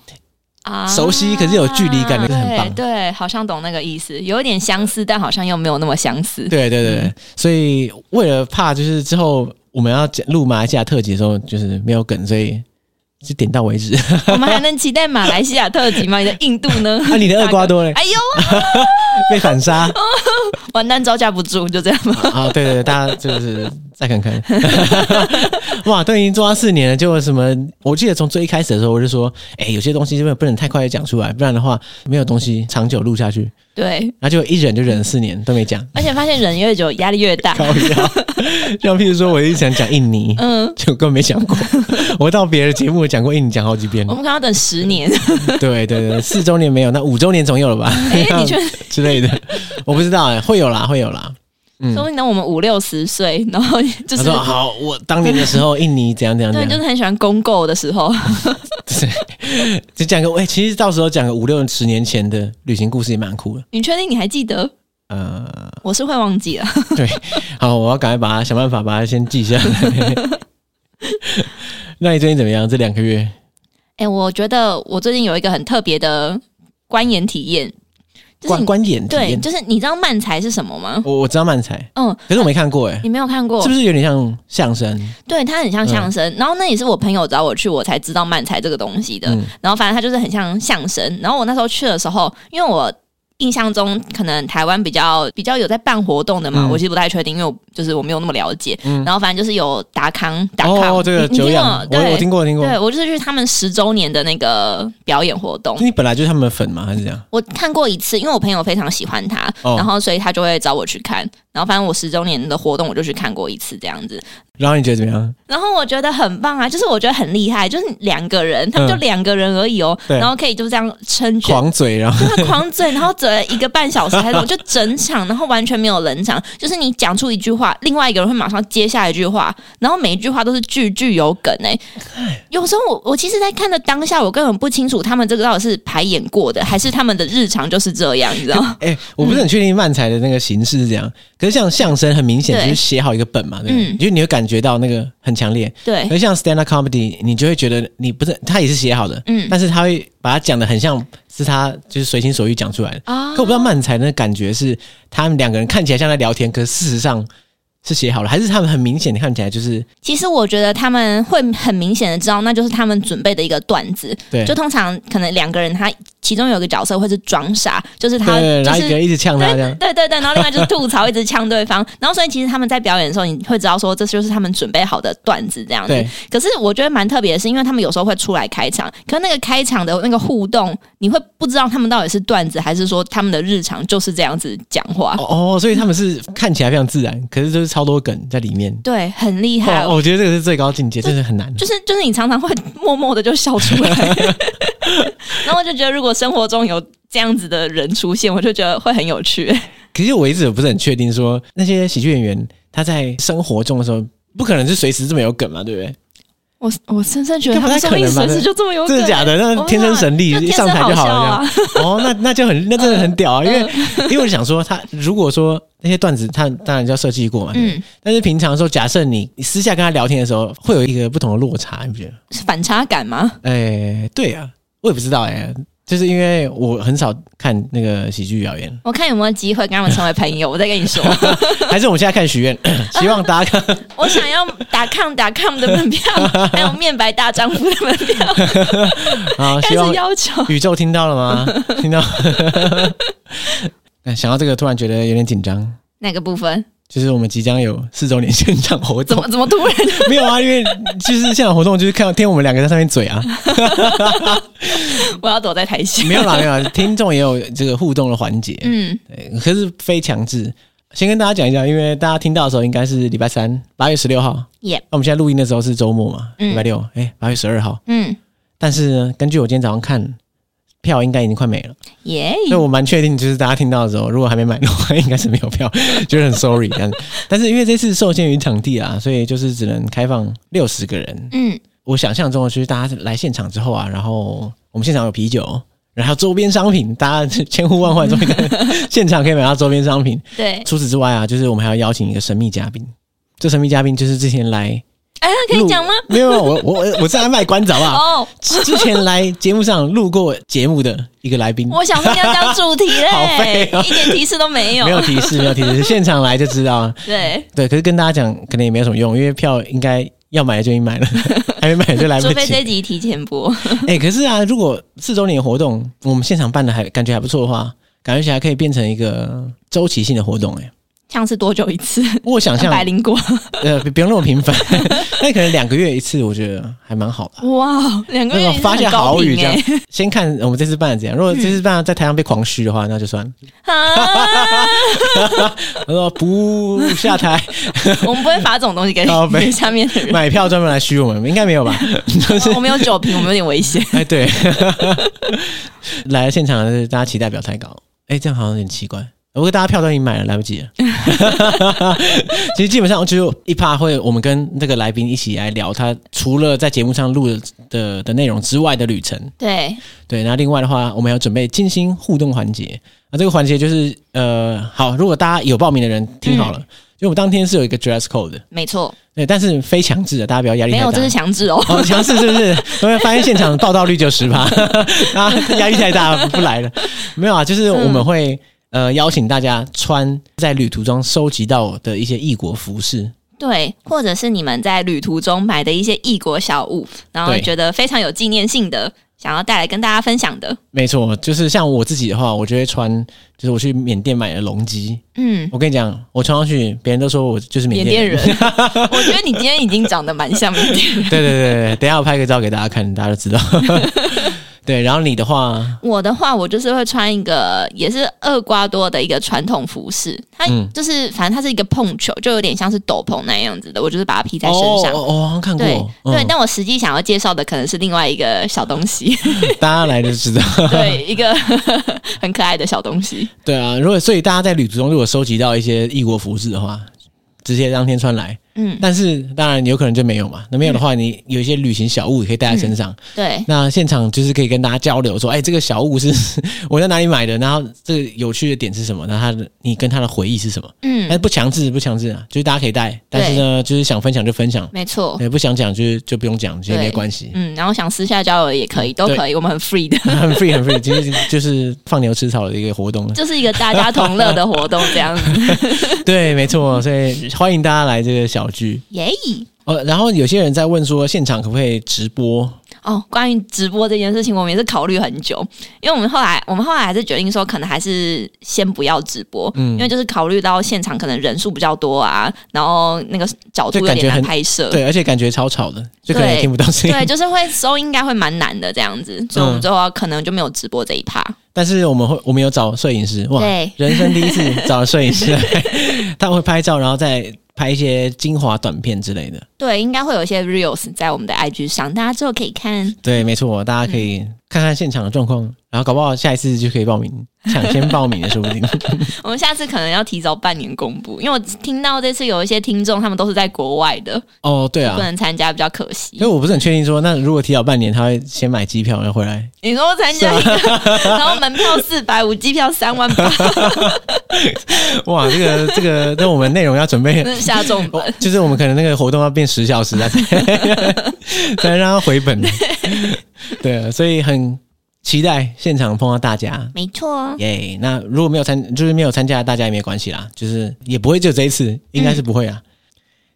S2: 啊
S1: 熟悉可是有距离感的很棒
S2: 对对，好像懂那个意思，有点相似，但好像又没有那么相 *laughs* 似。
S1: 对对对，
S2: 嗯
S1: 所以为了怕就是之后我们要讲录马来西亚特辑的时候就是没有梗，所以就点到为
S2: *laughs*
S1: 止。啊
S2: 我们还能期待马来西亚特辑吗？你的印度
S1: *laughs*
S2: 呢？
S1: 那、啊你的厄瓜多嘞
S2: *laughs* 哎呦，
S1: 被反杀
S2: *laughs* 完蛋，招架不住，就这
S1: *laughs*
S2: 样吧。
S1: 啊！对对对，大家就是再看看。 *laughs* 哇，都已经做到四年了，就什么？我记得从最一开始的时候我就说，哎、有些东西真的不能太快地讲出来，不然的话没有东西长久录下去。
S2: 对，
S1: 然后就一忍就忍了四年都没
S2: *laughs*
S1: 讲，
S2: 而且发现人越久压力越大。
S1: 高腰。像譬如说，我一直想讲印尼，
S2: 嗯，
S1: 就根本没讲过。我到别的节目讲过印尼，讲好几遍
S2: 我。们可能要等
S1: 嗯
S2: 十年，
S1: *laughs* 对对对，四周年没有，那五周年总有了吧？
S2: 哎、
S1: *laughs*
S2: 你确
S1: 之类的，我不知道哎、会有啦，会有啦。嗯
S2: *laughs*
S1: 啊
S2: 说不定等我们五六十岁，然后就是
S1: 他说好，我当年的时候，印尼怎样怎样怎
S2: 对，就
S1: 样，
S2: 是很喜欢公购的时候，
S1: 就讲个哎、其实到时候讲个五六十年前的旅行故事也蛮酷的。
S2: 你确定你还记得？
S1: 呃，
S2: 我是会忘记了。
S1: 好，我要赶快把它想办法把它先记下来。
S2: *laughs*
S1: 那你最近怎么样？这两个月
S2: 哎、我觉得我最近有一个很特别的观演体验，就是
S1: 观
S2: 你
S1: 观点体
S2: 对，
S1: 验，
S2: 就是你知道漫才是什么吗？
S1: 我我知道漫才，
S2: 嗯，
S1: 可是我没看过哎、
S2: 你没有看过
S1: 是不，嗯是有点像相声？
S2: 对，它很像相声。然后那也是我朋友找我去，我才知道漫才这个东西的。
S1: 嗯
S2: 然后反正它就是很像相声。然后我那时候去的时候，因为我印象中可能台湾比较比较有在办活动的嘛，
S1: 嗯
S2: 我其实不太确定，因为我就是我没有那么了解。
S1: 嗯
S2: 然后反正就是有达康达康，
S1: 哦，这个
S2: 你你
S1: 久
S2: 听
S1: 仰
S2: 过，
S1: 我我
S2: 对
S1: 听过听过。
S2: 对，我就是去他们十周年的那个表演活动
S1: 所。以你本来就是他们的粉吗？还是这样？
S2: 我看过一次，因为我朋友非常喜欢他，
S1: 哦
S2: 然后所以他就会找我去看。然后反正我十周年的活动我就去看过一次这样子，
S1: 然后你觉得怎么样？
S2: 然后我觉得很棒啊，就是我觉得很厉害，就是两个人，他们就
S1: 嗯
S2: 两个人而已哦，
S1: 对
S2: 然后可以就这样撑卷。
S1: 狂嘴，然后
S2: 就他狂嘴，然后嘴了一个半小时，还是我就整场，然后完全没有冷场，就是你讲出一句话，另外一个人会马上接下一句话，然后每一句话都是句句有梗
S1: *laughs*
S2: 哎、有时候我我其实，在看的当下，我根本不清楚他们这个到底是排演过的，还是他们的日常就是这样，你知
S1: *laughs*
S2: 道吗？
S1: *laughs* 哎、我不是很确定漫才的那个形式是这样，可是像相声很明显
S2: 对
S1: 就是写好一个本嘛，对不对？
S2: 嗯哎
S1: 就你会感觉到那个很强烈。
S2: 对
S1: 可，是像 stand up comedy，你就会觉得你不是他也是写好的，
S2: 嗯
S1: 但是他会把它讲的很像是他就是随心所欲讲出来的。
S2: 啊
S1: 可我不知道漫才的感觉是他们两个人看起来像在聊天，可是事实上是写好了，还是他们很明显的看起来就是
S2: 其实我觉得他们会很明显的知道，那就是他们准备的一个段子。
S1: 对
S2: 就通常可能两个人他其中有一个角色会是装傻，就是他
S1: 对，
S2: 就
S1: 然后一个
S2: 是。
S1: 人一直呛他这样
S2: 对。对对对，然后另外就是吐槽，一直呛对方，然后所以其实他们在表演的时候，你会知道说这就是他们准备好的段子这样子
S1: 对。
S2: 可是我觉得蛮特别的是，因为他们有时候会出来开场，可那个开场的那个互动，你会不知道他们到底是段子，还是说他们的日常就是这样子讲话。
S1: 哦，哦所以他们是看起来非常自然，可是就是超多梗在里面。
S2: *laughs* 对，很厉害。哦
S1: 哇，哦我觉得这个是最高境界，真的很难。
S2: 就是就是你常常会 *laughs* 默默的就
S1: *laughs*
S2: 笑出来，然后我就觉得如果生活中有这样子的人出现，我就觉得会很有趣。
S1: 可是我一直不是很确定说，那些喜剧演员他在生活中的时候，不可能是随时这么有梗嘛，对不对？
S2: *laughs* 我我深深觉
S1: 得
S2: 得
S1: 他
S2: 他
S1: 们说不
S2: 们说不
S1: 定
S2: 定
S1: 随
S2: 随
S1: 时
S2: 时就这么有欸
S1: 真的假的？那天生神力，
S2: 就
S1: 一
S2: 天
S1: 上
S2: 生
S1: 台就好
S2: 笑
S1: 了
S2: 啊。嗯
S1: 这样。哦，那那就很，那真的很屌啊！因为 *laughs*
S2: 呃
S1: 因为我想说，他如果说那些段子，他当然就要设计过嘛。嗯。
S2: 嗯，
S1: 但是平常的时候，假设你你私下跟他聊天的时候，会有一个不同的落差，你不觉得？
S2: 是反差感吗？
S1: 哎、对啊，我也不知道哎、就是因为我很少看那个喜剧表演，
S2: 我看有没有机会跟他们成为朋友，我再跟你 *laughs* 说。
S1: 还是我们现在看许愿， *coughs* 希望大家
S2: *laughs*
S1: 看。啊
S2: 我想要打抗打抗的门票，还有面白大丈夫的门票，
S1: 啊，
S2: 开
S1: 希望
S2: 始要 *laughs* 求。
S1: 宇宙听到 *laughs* 了吗？听到。哎想到这个，突然觉得有点紧张，
S2: 哪个部分？
S1: 就是我们即将有四周年现场活
S2: 怎
S1: 动
S2: 么，怎么突然？
S1: *laughs* 没有啊，因为就是现场活动就是看到听我们两个在上面嘴
S2: *laughs*
S1: 啊，
S2: 我要躲在台下。
S1: 没有啦，没有啦，听众也有这个互动的环节，
S2: 嗯，
S1: 对，可是非强制。先跟大家讲一下，因为大家听到的时候应该是礼拜三，八月十六号。
S2: 耶、
S1: 那我们现在录音的时候是周末嘛，
S2: 嗯
S1: 礼拜六，哎、八月十二号。
S2: 嗯，
S1: 但是呢，根据我今天早上看，票应该已经快没了，
S2: 耶、
S1: *laughs* 所以我蛮确定，就是大家听到的时候，如果还没买的话，应该是没有票， *laughs* 觉得很 sorry 这样子。但是因为这次受限于场地啊，所以就是只能开放六十个人。
S2: 嗯，
S1: 我想象中的就是大家来现场之后啊，然后我们现场有啤酒，然后周边商品，大家千呼万唤终于在现场可以买到周边商品。 *laughs*
S2: 对，
S1: 除此之外啊，就是我们还要邀请一个神秘嘉宾。这神秘嘉宾就是之前来，
S2: 哎、可以讲吗？
S1: *laughs* 没有，没有我我我在卖关子好不好？
S2: 哦，
S1: 之前来节目上录过节目的一个来宾，
S2: 我想说你要讲主题
S1: *laughs* 好废
S2: 嘞，
S1: 哦
S2: 一点提示都没有。
S1: 没有提
S2: *laughs*
S1: 示，没有提示，现场来就知道了。
S2: 对，
S1: 对，可是跟大家讲，可能也没有什么用，因为票应该要买的就已经
S2: *laughs*
S1: 买了，还没买的就来不
S2: 除
S1: 及。
S2: 非这集提前播。
S1: 哎、可是啊，如果四周年活动我们现场办的还感觉还不错的话，感觉起来可以变成一个周期性的活动、哎，
S2: 像是多久一次？
S1: 我想象 *laughs*
S2: 百灵果，
S1: 呃，不不用那么频繁， *laughs* 那可能两个月一次，我觉得还蛮好的。
S2: 哇，两个
S1: 那
S2: 月
S1: 种
S2: 也是
S1: 发
S2: 很
S1: 下
S2: 高
S1: 好雨这
S2: 频
S1: 样
S2: 欸，嗯
S1: 先看我们这次办的怎样。如果这次办得在台上被狂嘘的话，那就
S2: *laughs*
S1: 算了。 *laughs*
S2: 啊！
S1: 他说不下台，
S2: *laughs* 我们不会发这种东西给
S1: 靠背
S2: *laughs* 下面的人。
S1: *laughs* 买票专门来嘘我们，应该没
S2: *laughs*
S1: 有吧？就是
S2: 我们有酒瓶，我们有点危险。
S1: 哎，对，来现场的大家期待不要太高。哎，这样好像有点奇怪。不过大家票都已经买了，来不及了。 *laughs* 其实基本上只有一趴会，我们跟那个来宾一起来聊他除了在节目上录的的的内容之外的旅程。
S2: 对，
S1: *laughs* 对，那另外的话，我们还有准备静心互动环节。那这个环节就是呃，好，如果大家有报名的人听好了，
S2: 嗯
S1: 因为我当天是有一个 dress code 的，
S2: 没错，
S1: 对，但是非强制的，大家不要压力
S2: 没
S1: 太大。
S2: 有，这是强制
S1: *laughs*
S2: 哦。
S1: 哦，强势是不是？我们发现现场报道率就十
S2: *laughs*
S1: 趴，啊，压力太大了不来了。没有啊，就是我们会、
S2: 嗯
S1: 呃邀请大家穿在旅途中收集到的一些异国服饰，
S2: 对，或者是你们在旅途中买的一些异国小物，然后
S1: 对
S2: 觉得非常有纪念性的，想要带来跟大家分享的。
S1: 没错，就是像我自己的话，我就会穿，就是我去缅甸买的龙基。
S2: 嗯，
S1: 我跟你讲，我穿上去，别人都说我就是缅
S2: 缅
S1: 甸
S2: 甸
S1: 人。
S2: 人，
S1: *laughs*
S2: 我觉得你今天已经长得蛮像缅甸人。
S1: 对对对对，等一下我拍个照给大家看，大家就
S2: *laughs*
S1: 知道。对，然后你的话，
S2: 我的话，我就是会穿一个也是厄瓜多的一个传统服饰，它
S1: 嗯
S2: 就是、反正它是一个碰球，就有点像是斗篷那样子的，我就是把它披在身
S1: 哦
S2: 上。
S1: 哦，我好像看过
S2: 对、，对，
S1: 嗯
S2: 但我实际想要介绍的可能是另外一个小
S1: *laughs*
S2: 东西，
S1: 大家来就知道。
S2: 对，一个 *laughs* 很可爱的小东西。
S1: 对啊，如果所以大家在旅途中如果收集到一些异国服饰的话，直接当天穿来。
S2: 嗯，
S1: 但是当然有可能就没有嘛，那没有的话，你有一些旅行小物也可以带在身上。
S2: 对，
S1: 那现场就是可以跟大家交流说，哎、这个小物是 *laughs* 我在哪里买的，然后这个有趣的点是什么，然后它的你跟它的回忆是什么。但
S2: 嗯，
S1: 是不强制，不强制啊，就是大家可以带，但是呢，就是想分享就分享，哎
S2: 没错。
S1: 也不想讲就是就不用讲，其实没关系，
S2: 嗯，然后想私下交流也可以，都
S1: 哎对，
S2: 可以，我们很 free 的
S1: *laughs*
S2: *laughs*
S1: 很 free 很 free，其实就是放牛吃草的一个活动。
S2: 就是一个大家同乐的活动这
S1: *laughs*
S2: 样子。
S1: 对，没错，所以欢迎大家来这个小聚。
S2: 耶、
S1: 哦，然后有些人在问说，现场可不可以直播？
S2: 哦，关于直播这件事情，我们也是考虑很久，因为我们后来我们后来还是决定说，可能还是先不要直播，
S1: 嗯
S2: 因为就是考虑到现场可能人数比较多啊，然后那个角度
S1: 对
S2: 有
S1: 感觉
S2: 点难
S1: 很
S2: 拍摄，
S1: 对，而且感觉超吵的，呃就可能也听不到声音。
S2: 对，就是会收音应该会蛮难的这样子，所以
S1: 嗯
S2: 我们最后可能就没有直播这一趴。
S1: *laughs* 但是我们会，我们有找摄影师，哇
S2: 对，
S1: 人生第一次找了摄影 *laughs* 师，他会拍照，然后再拍一些精华短片之类的。
S2: 对，应该会有一些 reels 在我们的 IG 上，大家之后可以看。
S1: 对，没错，大家可以看看现场的状况，然后搞不好下一次就可以报名，抢先报名也说不 *laughs* 定。
S2: 我们下次可能要提早半年公布，因为我听到这次有一些听众他们都是在国外的，
S1: 哦，对
S2: 不
S1: 啊。
S2: 能参加，比较可惜
S1: 所以。我不是很确定说，那如果提早半年，他会先买机票然后回来，
S2: 你说参加一个，
S1: 啊
S2: *laughs* 然后门票四百五，机票三万八，
S1: 哇，这个这个，那我们内容要准备
S2: 真是下重
S1: 哦 *laughs*
S2: 本。
S1: 就是我们可能那个活动要变十小时才才让它回本。对，啊所以很期待现场碰到大家。
S2: 没错，
S1: 耶、那如果没有参，就是没有参加的大家也没关系啦，就是也不会就这一次，应该是不会啊。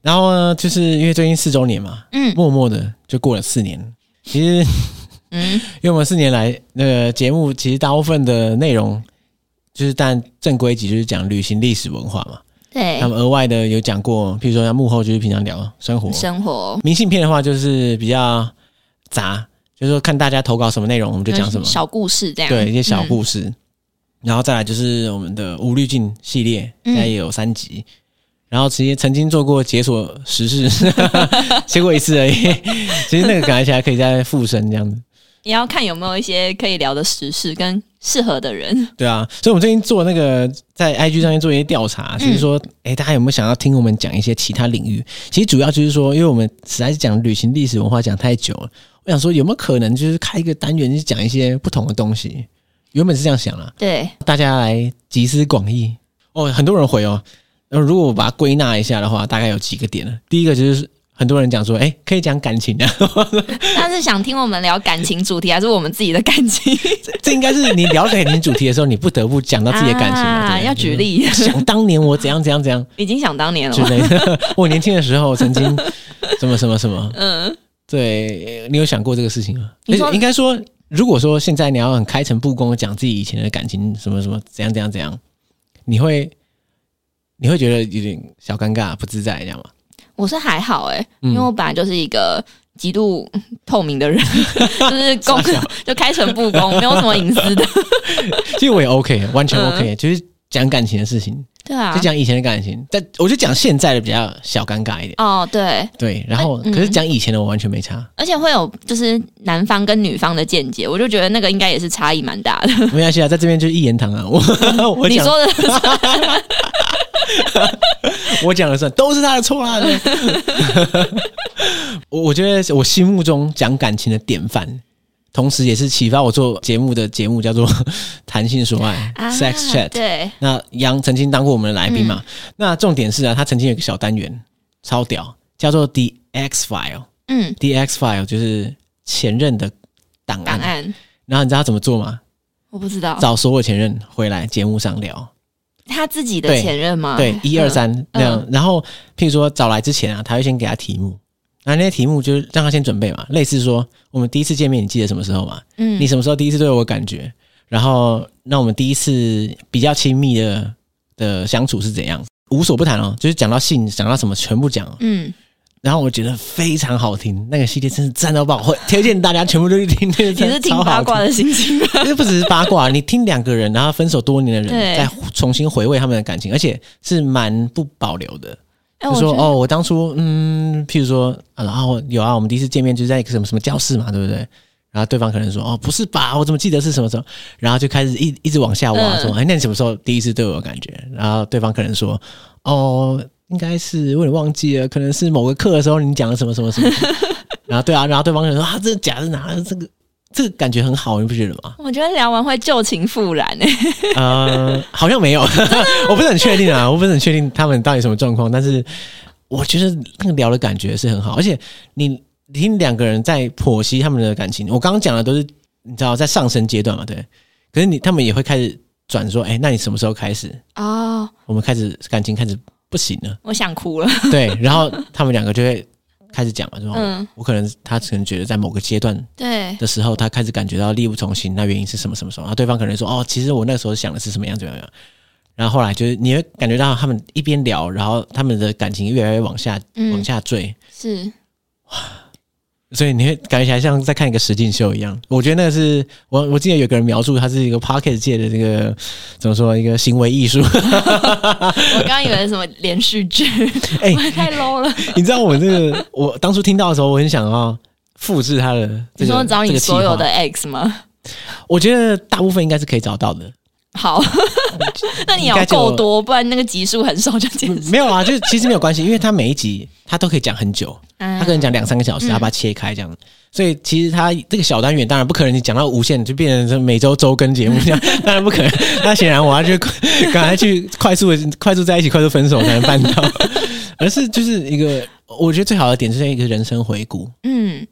S1: 然后呢，就是因为最近四周年嘛，
S2: 嗯
S1: 默默的就过了四年。其实，
S2: 嗯，
S1: 因为我们四年来那个节目，其实大部分的内容就是，但正规集就是讲旅行历史文化嘛。
S2: 对
S1: 他，们额外的有讲过，譬如说像幕后就是平常聊生活，
S2: 生活
S1: 明信片的话就是比较杂，就是说看大家投稿什么内容，我们就讲什么，
S2: 小故事这样，嗯
S1: 对一些小
S2: 事，
S1: 故事。然后再来就是我们的无滤镜系列，
S2: 嗯
S1: 现在也有三集。然后其实曾经做过解锁时事， *laughs* 结果一次而已。其实那个感觉起来可以再附身这样子。
S2: 也要看有没有一些可以聊的时事跟适合的人。
S1: 对啊，所以我们最近做那个在 IG 上面做一些调查，
S2: 嗯
S1: 就是说，哎、大家有没有想要听我们讲一些其他领域？其实主要就是说，因为我们实在是讲旅行历史文化讲太久了，我想说有没有可能就是开一个单元去讲一些不同的东西？原本是这样想啦，
S2: 对，
S1: 大家来集思广益哦，很多人回哦。然后如果我把它归纳一下的话，大概有几个点呢？第一个就是很多人讲说，哎、可以讲感情啊， *laughs*
S2: 但是想听我们聊感情主题，还是我们自己的感
S1: *laughs*
S2: 情？
S1: 这应该是你聊感情主题的时候，你不得不讲到自己的感情嘛
S2: 啊，
S1: 对嗯
S2: 要举例，
S1: 想当年我怎样怎样怎样。
S2: *laughs* 已经想当年了
S1: 之
S2: 嘛。
S1: 类的。 *laughs* 我年轻的时候曾
S2: *laughs*
S1: 经什么什么什么，
S2: 嗯，
S1: 对你有想过这个事情吗？
S2: 你说
S1: 应该说，如果说现在你要很开诚布公地讲自己以前的感情什么什么怎样怎样怎样，你会你会觉得有点小尴尬、不自在，这样吗？
S2: 我是还好哎、
S1: 嗯
S2: 因为我本来就是一个极度嗯透
S1: *laughs*
S2: 明的人，就是公 *laughs* 就开诚布公，没有什么隐
S1: *laughs*
S2: 私的。
S1: 其实我也 OK，完全 OK，、就是讲感情的事情，
S2: 对嗯啊
S1: 就，讲以前的感情，但我就讲现在的比较小尴尬一点。
S2: 哦对，
S1: 对，然后、
S2: 嗯
S1: 可是讲以前的我完全没差，
S2: 而且会有就是男方跟女方的见解，我就觉得那个应该也是差异蛮大的。
S1: 没关系啊，在这边就一言堂啊，我 *laughs* 我
S2: 你
S1: 讲
S2: 说的
S1: 我讲了算，都是他的错啦。 *laughs* 我我觉得我心目中讲感情的典范，同时也是启发我做节目的节目叫做 *laughs* 《谈性说爱》*laughs*
S2: 啊
S1: （Sex Chat）。
S2: 对，嗯
S1: 那杨曾经当过我们的来宾嘛？那重点是啊，他曾经有一个小单元超屌，叫做 The X File。
S2: 嗯，
S1: The X File 就是前任的档
S2: 档
S1: 案。
S2: 案
S1: 然后你知道他怎么做吗？
S2: 我不知道，
S1: 找所有前任回来节目上聊。
S2: 他自己的
S1: 对
S2: 前任吗？
S1: 对，一二
S2: 嗯，
S1: 三那样。然后，譬如说找来之前啊，他会先给他题目，然后那些题目就是让他先准备嘛，类似说我们第一次见面，你记得什么时候吗？
S2: 嗯
S1: 你什么时候第一次对我有感觉？然后，那我们第一次比较亲密的的相处是怎样？无所不谈哦，就是讲到性，讲到什么全部讲、哦。
S2: 嗯，
S1: 然后我觉得非常好听，那个系列真是赞到爆，会推荐大家全部都去听。你
S2: 你是听八卦的心情
S1: *laughs*
S2: 吗？
S1: 这不只是八卦，你听两个人，然后分手多年的人
S2: 对
S1: 再重新回味他们的感情，而且是蛮不保留的。
S2: *laughs* 哎，
S1: 就
S2: 我
S1: 说
S2: 觉得
S1: 哦，我当初嗯，譬如说，啊然后有啊，我们第一次见面就是在一个什么什么教室嘛，对不对？然后对方可能说哦，不是吧，我怎么记得是什么时候？然后就开始一一直往下挖，
S2: 嗯
S1: 说哎，那你什么时候第一次对我有感觉？然后对方可能说哦，应该是我有点忘记了，可能是某个课的时候你讲了什么什么什 *laughs* 么。然后对啊，然后对方可能说啊，这假的哪这个这个感觉很好，你不觉得吗？
S2: 我觉得聊完会旧情复燃诶、哎
S1: 呃，好像没有， *laughs* 我不是很确定啊，我不是很确定他们到底什么状况，但是我觉得那个聊的感觉是很好，而且你听两个人在剖析他们的感情，我刚刚讲的都是你知道在上升阶段嘛，对，可是你他们也会开始转说，哎、那你什么时候开始？
S2: 哦，
S1: 我们开始感情开始不行了，
S2: 我想哭了。
S1: 对，然后他们两个就会开始讲嘛，说，
S2: 嗯，
S1: 我可能他可能觉得在某个阶段
S2: 对，
S1: 的时候，他开始感觉到力不从心，那原因是什么什么什么？然后对方可能说，哦，其实我那时候想的是什么样怎么样。然后后来就是你会感觉到他们一边聊，然后他们的感情越来越往下、往
S2: 嗯，
S1: 下坠，
S2: 是
S1: 所以你会感觉起来像在看一个实境秀一样。我觉得那个是我我记得有个人描述，他是一个 pocket 界的这个怎么说一个行为艺术。 *laughs*
S2: 我刚刚以为是什么连续剧，
S1: 哎
S2: 我太 low 了。
S1: 你知道我们这个我当初听到的时候，我很想要复制他的、这
S2: 你
S1: 个。
S2: 说找
S1: 这
S2: 你
S1: 个计
S2: 所有
S1: 划
S2: 的 X 吗？
S1: 我觉得大部分应该是可以找到的。
S2: 好， *laughs* 那
S1: 嗯
S2: 你
S1: 应该
S2: 要
S1: 就
S2: 够多，不然那个集数很少就结束。
S1: *laughs* 没有啊，就是其实没有关系，因为他每一集 *laughs* 他都可以讲很久，
S2: 他
S1: 他可能讲两三个小时，
S2: 嗯
S1: 他把它切开这样。所以其实他这个小单元当然不可能，你讲到无限就变成是每周周更节目
S2: *laughs*
S1: 这样，当然不可能。那显然我要去赶快去快速的快速在一起，快速分手才能办到。而是就是一个，我觉得最好的点就是一个人生回顾，
S2: 嗯，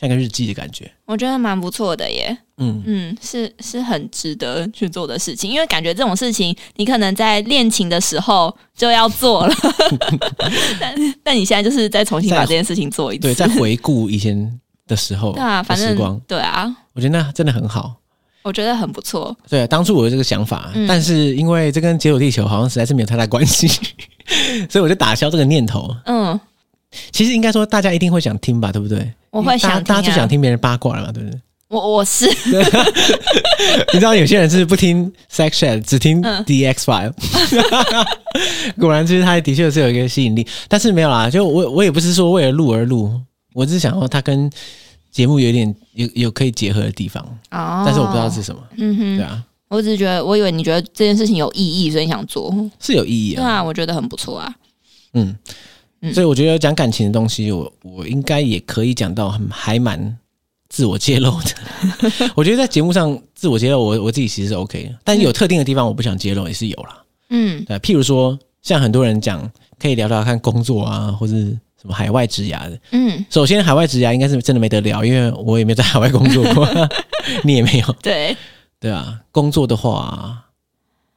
S1: 像个日记的感觉。
S2: 我觉得蛮不错的耶。
S1: 嗯，
S2: 嗯，是是很值得去做的事情，因为感觉这种事情你可能在恋情的时候就要做
S1: *laughs*
S2: 了，但但你现在就是再重新把
S1: 再
S2: 这件事情做一次。
S1: 对，在回顾以前的时候，
S2: 对啊，反
S1: 时光
S2: 正，对啊，
S1: 我觉得那真的很好。
S2: 我觉得很不错。
S1: 对，当初我有这个想法，
S2: 嗯
S1: 但是因为这跟《解锁地球》好像实在是没有太大关系， *laughs* 所以我就打消这个念头。
S2: 嗯，
S1: 其实应该说，大家一定会想听吧，对不对？
S2: 我会想、
S1: 大
S2: 啊
S1: 家大家就想听别人八卦了嘛，对不对？
S2: 我我是
S1: 你知道有些人是不听 Sex Chat，只听
S2: 嗯
S1: DX File，、果然就是他的确是有一个吸引力，但是没有啦，就我我也不是说为了录而录，我只是想要它跟节目有点有有可以结合的地方，
S2: 哦，
S1: *laughs* 但是我不知道是什么，
S2: 嗯
S1: 对
S2: 哼，
S1: 啊，
S2: 我只是觉得，我以为你觉得这件事情有意义，所以你想做。
S1: 是有意义
S2: 对
S1: 啊，
S2: 啊，我觉得很不错啊。
S1: 嗯，
S2: 嗯
S1: 所以我觉得讲感情的东西，我我应该也可以讲到很还蛮自我揭露
S2: *laughs*
S1: 的，我觉得在节目上自我揭露我我自己其实是 OK 的，但是有特定的地方我不想揭露也是有啦。
S2: 嗯
S1: 对，譬如说，像很多人讲，可以聊聊看工作啊，或是什么海外职涯的。
S2: 嗯，
S1: 首先，海外职涯应该是真的没得聊，因为我也没有在海外工作
S2: *laughs*
S1: 过，你也没有，
S2: 对，
S1: 对啊。工作的话，啊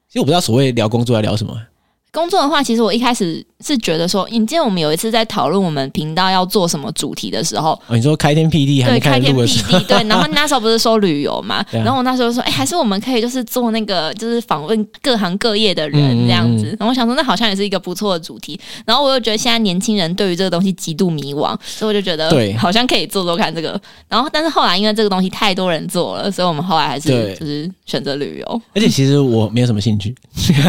S1: 其实我不知道所谓聊工作要聊什么。
S2: 工作的话，其实我一开始是觉得说，你记得我们有一次在讨论我们频道要做什么主题的时候，
S1: 哦、你说开天辟地还
S2: 对，
S1: 没
S2: 开
S1: 开始
S2: 天
S1: 录
S2: 辟
S1: 的时候，
S2: 地，对。然后那时候不是说旅游
S1: *laughs*
S2: 嘛，
S1: 对啊
S2: 然后我那时候说，哎、还是我们可以就是做那个，就是访问各行各业的
S1: 嗯嗯
S2: 人
S1: 嗯
S2: 这样子。然后我想说，那好像也是一个不错的主题。然后我又觉得现在年轻人对于这个东西极度迷惘，所以我就觉得
S1: 对
S2: 好像可以做做看这个。然后但是后来因为这个东西太多人做了，所以我们后来还
S1: 对
S2: 是就是选择旅游。
S1: 而且其实我没有什么兴趣。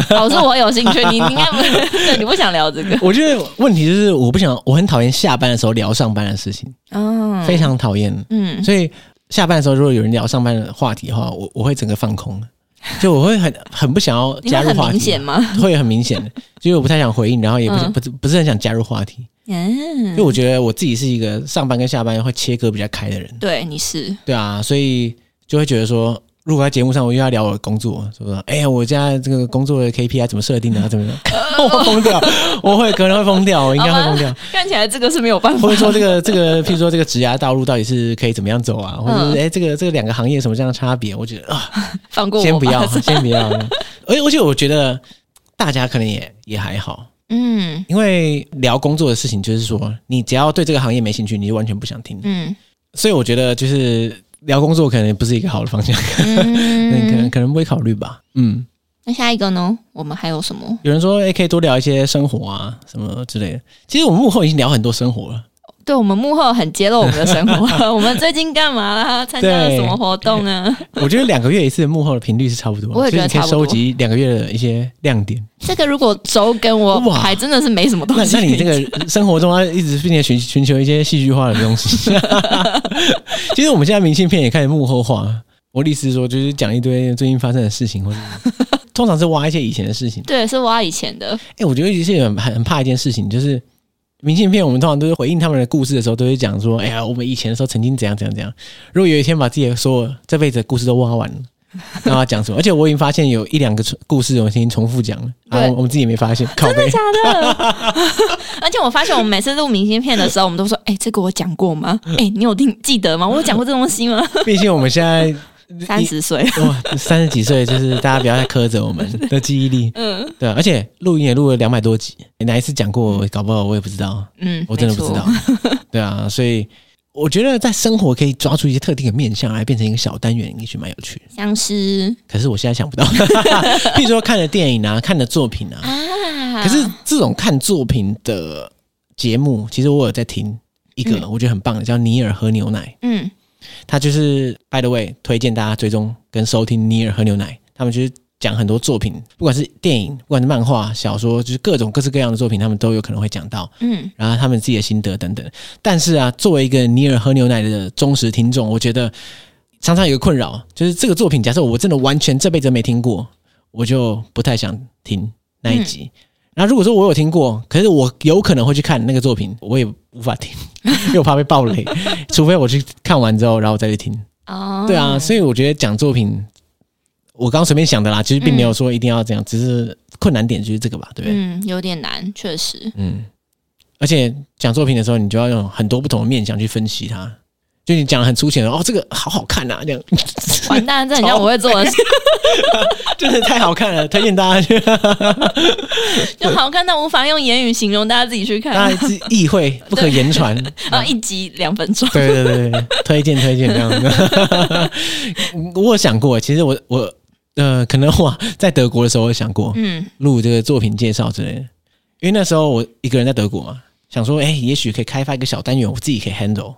S2: 导致我有兴趣，你应该不， *laughs* 对你不想聊这个，
S1: *laughs* 我觉得问题就是，我不想，我很讨厌下班的时候聊上班的事情，
S2: 嗯，
S1: 非常讨厌。
S2: 嗯
S1: 所以下班的时候，如果有人聊上班的话题的话，我我会整个放空，就我会很很不想
S2: *laughs*
S1: 要
S2: 因为
S1: 加入
S2: 很
S1: 话题。
S2: 明显吗？
S1: 会很明显的，就是我不太想回应，然后也不是、
S2: 嗯
S1: 不是不是很想加入话题，因为
S2: 嗯，
S1: 我觉得我自己是一个上班跟下班会切割比较开的人，
S2: 对，你是，
S1: 对啊，所以就会觉得说，如果在节目上我又要聊我的工作，说哎、呀，我现在这个工作的 KPI 怎么设定啊，怎么样， *laughs* 我会疯掉，我会可能会疯掉，我应该
S2: 哦
S1: 会疯掉，
S2: 看起来这个是没有办法
S1: 或者说这个 *laughs* 这个，譬如说这个职涯道路到底是可以怎么样走啊，
S2: 嗯
S1: 或者是哎、这个这个两个行业有什么这样的差别，我觉得啊，
S2: *laughs* 放过我吧，
S1: 先不要， *laughs* 先不要，而且而且我觉得大家可能也也还好。
S2: *laughs* 嗯
S1: 因为聊工作的事情，就是说你只要对这个行业没兴趣，你就完全不想听。
S2: 嗯
S1: 所以我觉得就是聊工作可能不是一个好的方向，那你可能
S2: 嗯，
S1: 可能不会考虑吧。嗯，
S2: 那下一个呢？我们还有什么？
S1: 有人说哎，可以多聊一些生活啊什么之类的。其实我们幕后已经聊很多生活了，
S2: 对我们幕后很揭露我们的生 *laughs* 活，我们最近干嘛啦？参加了什么活动啊？
S1: *laughs* 我觉得两个月一次的幕后的频率是差不多的，
S2: 我也觉得
S1: 就是你可以
S2: 差不
S1: 收
S2: 多
S1: 集两个月的一些亮点。
S2: 这个如果周跟我
S1: 哇
S2: 还真的是没什么东
S1: 那
S2: 西
S1: 那
S2: 可以讲，
S1: 你这个 *laughs* 生活中要一直并且寻寻求一些戏剧化的东西。 *laughs* 其实我们现在明信片也开始幕后化。我的意思是说，就是讲一堆最近发生的事情，或者通常是挖一些以前的事情。
S2: *laughs* 对，是挖以前的，
S1: 哎、我觉得其实很很很怕一件事情，就是明信片，我们通常都是回应他们的故事的时候，都会讲说，哎呀，我们以前的时候曾经怎样怎样怎样。如果有一天把自己的所有这辈子的故事都挖完了。那要讲什么？而且我已经发现有一两个重故事，我们已经重复讲了，啊，
S2: 对
S1: 我我们自己也没发现，靠背。
S2: 假的。而且我发现，我们每次录明信片的时候，我们都说：“ *laughs* 哎、这个我讲过吗？ *laughs* 哎、你有听记得吗？我有讲过这东西 *laughs* 吗
S1: 毕竟我们现在？”
S2: 三十岁，
S1: 哇，三十几岁就是大家不要再苛责我们的记忆力，
S2: 嗯
S1: 对啊、而且录音也录了两百多集，哪一次讲过，搞不好我也不知道，
S2: 嗯，
S1: 我真的
S2: 没
S1: 不
S2: 错
S1: 知道。对啊，所以我觉得在生活可以抓住一些特定的面向来变成一个小单元，也许蛮有趣的。
S2: 像是
S1: 可是我现在想不到， *laughs* 譬如说看的电影啊，看的作品啊，
S2: 啊，
S1: 可是这种看作品的节目，其实我有在听一个我觉得很棒的，叫尼尔喝牛奶。
S2: 嗯
S1: 他就是 by the way 推荐大家追踪跟收听尼尔和牛奶，他们就是讲很多作品，不管是电影，不管是漫画、小说，就是各种各式各样的作品，他们都有可能会讲到，
S2: 嗯
S1: 然后他们自己的心得等等。但是啊，作为一个尼尔和牛奶的忠实听众，我觉得常常有一个困扰，就是这个作品，假设我真的完全这辈子没听过，我就不太想听那一集。然后如果说我有听过，可是我有可能会去看那个作品，我也无法听， *laughs* 因为我怕被暴雷，除非我去看完之后，然后我再去听。
S2: 哦，
S1: 对啊，所以我觉得讲作品，我刚刚随便想的啦，其实并没有说一定要这样，只是困难点就是这个吧，对不对？
S2: 嗯，有点难，确实，
S1: 嗯，而且讲作品的时候，你就要用很多不同的面向去分析它。就你讲的很粗浅的哦，这个好好看啊，这样 *laughs*
S2: 完蛋，这很像我会做的事，
S1: 真的太好看了，推荐大家去，
S2: 就好看但无法用言语形容，大家自己去
S1: 大
S2: 看。
S1: 家是意会不可言传。
S2: 然后一集两分钟，
S1: *laughs* 对对对对，推荐推荐这样子。 *laughs* 我有想过，其实我我呃，可能我在德国的时候我有想过
S2: 嗯
S1: 录这个作品介绍之类的，因为那时候我一个人在德国嘛，想说，哎、也许可以开发一个小单元，我自己可以 handle，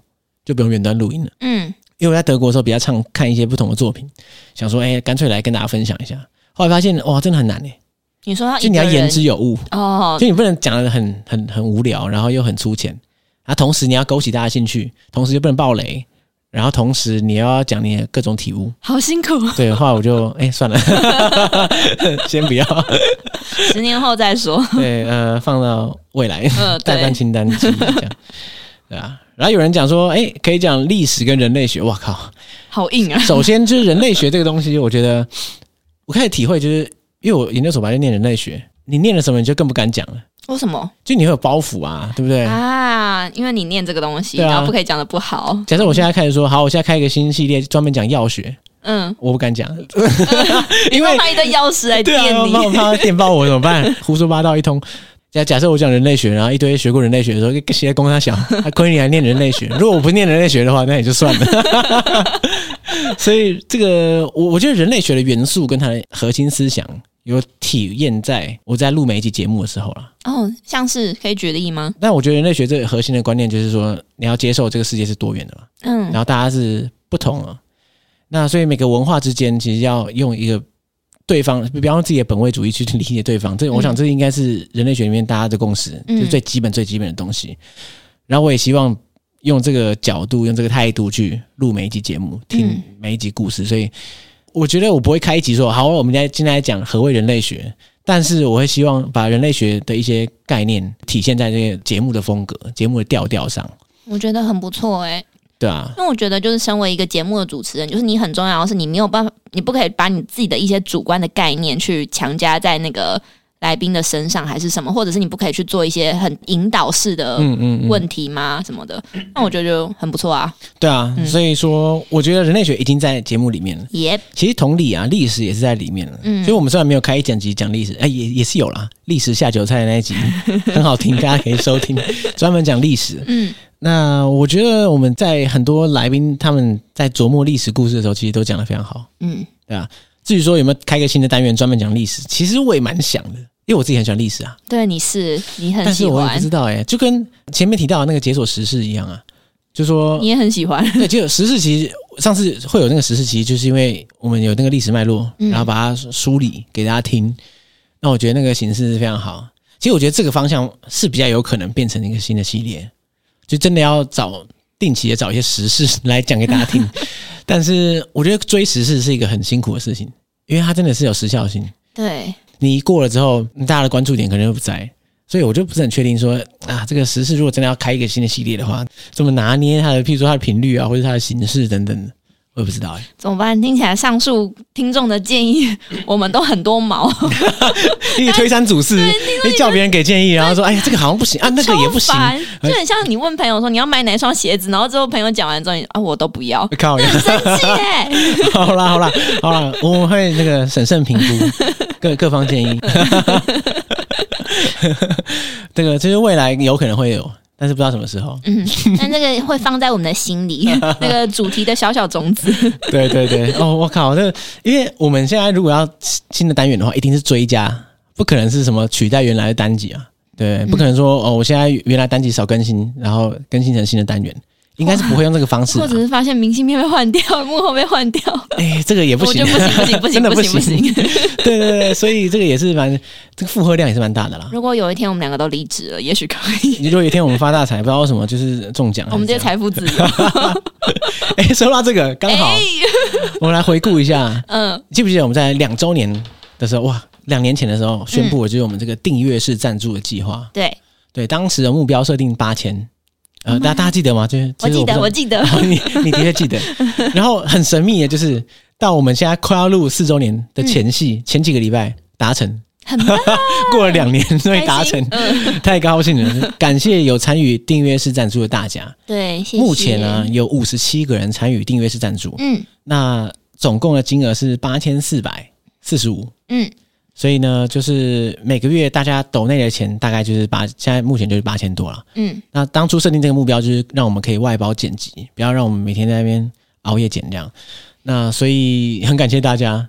S1: 就不用远端录音了。
S2: 嗯，
S1: 因为我在德国的时候比较常看一些不同的作品，想说，哎、干脆来跟大家分享一下。后来发现，哇，真的很难诶、
S2: 你说要
S1: 就
S2: 哦一
S1: 你要
S2: 个
S1: 言
S2: 人
S1: 之有物，
S2: 哦，
S1: 就你不能讲的很很很无聊，然后又很粗浅，啊，同时你要勾起大家兴趣，同时又不能爆雷，然后同时你又要讲你的各种体悟。
S2: 好辛
S1: *laughs*
S2: 苦，
S1: 对的话，我就哎、算了， *laughs* 先不要。
S2: 十年后再说。
S1: 对，呃，放到未来
S2: 嗯，
S1: 代办
S2: 对，
S1: 清单清单这样，对啊。然后有人讲说，哎、可以讲历史跟人类学。哇靠！
S2: 好 *laughs* 硬啊。
S1: 首先就是人类学这个东西，我觉得我开始体会，就是因为我研究所本来就念人类学，你念了什么你就更不敢讲了，
S2: 为什么
S1: 就你会有包袱啊，对不对？
S2: 啊？因为你念这个东西，
S1: 对啊
S2: 然后不可以讲的不好。
S1: 假设我现在开始说，好，我现在开一个新系列，专门讲药学，
S2: 嗯，
S1: 我不敢讲，因
S2: 我
S1: 为
S2: 拿一堆钥匙来
S1: 对
S2: 电
S1: 啊，我
S2: 你
S1: 怕。我怕他电爆我怎么办？ *laughs* 胡说八道一通。假假设我讲人类学，然后一堆学过人类学的时候，跟在公他想，还啊亏你还念人类学。 *laughs* 如果我不念人类学的话，那也就算了。 *laughs* 所以这个我我觉得人类学的元素跟它的核心思想有体验在我在录每一集节目的时候啦。
S2: 哦，像是可以举例吗？
S1: 但我觉得人类学最核心的观念就是说，你要接受这个世界是多元的嘛。
S2: 嗯
S1: 然后大家是不同啊。那所以每个文化之间，其实要用一个对方，比方说自己的本位主义去理解对方。这我想这应该是人类学里面大家的共识，
S2: 嗯
S1: 就是最基本最基本的东西。然后我也希望用这个角度、用这个态度去录每一集节目，听
S2: 嗯
S1: 每一集故事。所以我觉得我不会开一集说好，我们来今天来讲何谓人类学。但是我会希望把人类学的一些概念体现在这个节目的风格、节目的调调上，
S2: 我觉得很不错哎、
S1: 对啊，
S2: 因为我觉得就是身为一个节目的主持人，就是你很重要的是你没有办法，你不可以把你自己的一些主观的概念去强加在那个来宾的身上，还是什么，或者是你不可以去做一些很引导式的
S1: 嗯嗯嗯。
S2: 问题吗？什么的？那我觉得就很不错啊。
S1: 对啊，
S2: 嗯
S1: 所以说我觉得人类学已经在节目里面了。
S2: 耶、
S1: 其实同理啊，历史也是在里面了。
S2: 嗯
S1: 所以我们虽然没有开一整集讲历史，哎、也也是有啦。历史下酒菜的那一集很好
S2: *laughs*
S1: 听，大家可以收听，专门讲历史。
S2: 嗯，
S1: 那我觉得我们在很多来宾他们在琢磨历史故事的时候，其实都讲得非常好。啊
S2: 嗯
S1: 至于说有没有开个新的单元专门讲历史，其实我也蛮想的，因为我自己很喜欢历史啊。
S2: 对，你是你很
S1: 但是
S2: 喜
S1: 我也不
S2: 欢
S1: 知，道哎、就跟前面提到的那个解锁时事一样啊，就说
S2: 你也很喜欢。
S1: *laughs*
S2: *laughs*
S1: 对，就有时事其实上次会有那个时事，其实就是因为我们有那个历史脉络，
S2: 嗯
S1: 然后把它梳理给大家听。那我觉得那个形式是非常好。其实我觉得这个方向是比较有可能变成一个新的系列，就真的要找定期的找一些时事来讲给大家听。但是我觉得追时事是一个很辛苦的事情，因为它真的是有时效性。
S2: 对，
S1: 你一过了之后，大家的关注点可能就不在，所以我就不是很确定说啊，这个时事如果真的要开一个新的系列的话，怎么拿捏它的，譬如说它的频率啊，或者它的形式等等的，我也不知道、欸。
S2: 怎么办？听起来上述听众的建议，我们都很多毛，
S1: 因为推三阻四，你叫别人给建议，然后说哎呀，这个好像不行啊，那个也不行
S2: *laughs* 超，烦就很像你问朋友说你要买哪一双鞋子，然后之后朋友讲完之后你啊我都不要，
S1: 靠呀，
S2: 生气耶！ *laughs*
S1: 好啦好啦好啦，我们会那个审慎评估各各方建议。 *laughs* 这个就是未来有可能会有，但是不知道什么时候。
S2: 嗯，但这个会放在我们的心
S1: *laughs*
S2: 里，那个主题的小小种子。
S1: 对对对，哦，我靠，这因为我们现在如果要新的单元的话，一定是追加，不可能是什么取代原来的单集啊。
S2: 嗯
S1: 对，不可能说、哦，我现在原来单集少更新，然后更新成新的单元，应该是不会用这个方式、
S2: 或
S1: 啊
S2: 者。是发现明信片被换
S1: *laughs*
S2: 掉，幕后被换掉，
S1: 哎、这个也不
S2: 我觉
S1: 行
S2: 得，不行不行
S1: *laughs*
S2: 不
S1: 真
S2: 行
S1: 的
S2: 不行不
S1: 行。
S2: 行。 *laughs*
S1: 对对对，所以这个也是蛮，这个负荷量也是蛮大的啦。
S2: 如果有一天我们两个都离职了，也许可
S1: *laughs*
S2: 以，
S1: 如果有一天我们发大财，不知道为什么就是中奖还是怎样，
S2: 我们这些财富
S1: *laughs*
S2: 自由。
S1: 哎、说到这个，刚好、
S2: 哎
S1: 我们来回顾一下，
S2: 嗯，
S1: 记不记得我们在两周年的时候，哇，两年前的时候宣布，就是我们这个订阅式赞助的计划。
S2: 对，
S1: 对，当时的目标设定八千，呃，大大家记得吗？就是
S2: 我记得我记
S1: *laughs*
S2: 得，
S1: 得，你你的确记得。然后很神秘的，就是到我们现在快要录四周年的前夕，前几个礼拜达成，
S2: 很棒
S1: 过了两年所以达
S2: 开心
S1: 成，
S2: 嗯，
S1: 太高兴了！感谢有参与订阅式赞助的大家。
S2: 对，谢谢。
S1: 目前啊呢，，有五十七个人参与订阅式赞助，
S2: 嗯
S1: 那总共的金额是八千四百四十五。
S2: 嗯，
S1: 所以呢，就是每个月大家抖内的钱大概就是八，现在目前就是八千多了。
S2: 嗯，
S1: 那当初设定这个目标就是让我们可以外包剪辑，不要让我们每天在那边熬夜剪这样。那所以很感谢大家，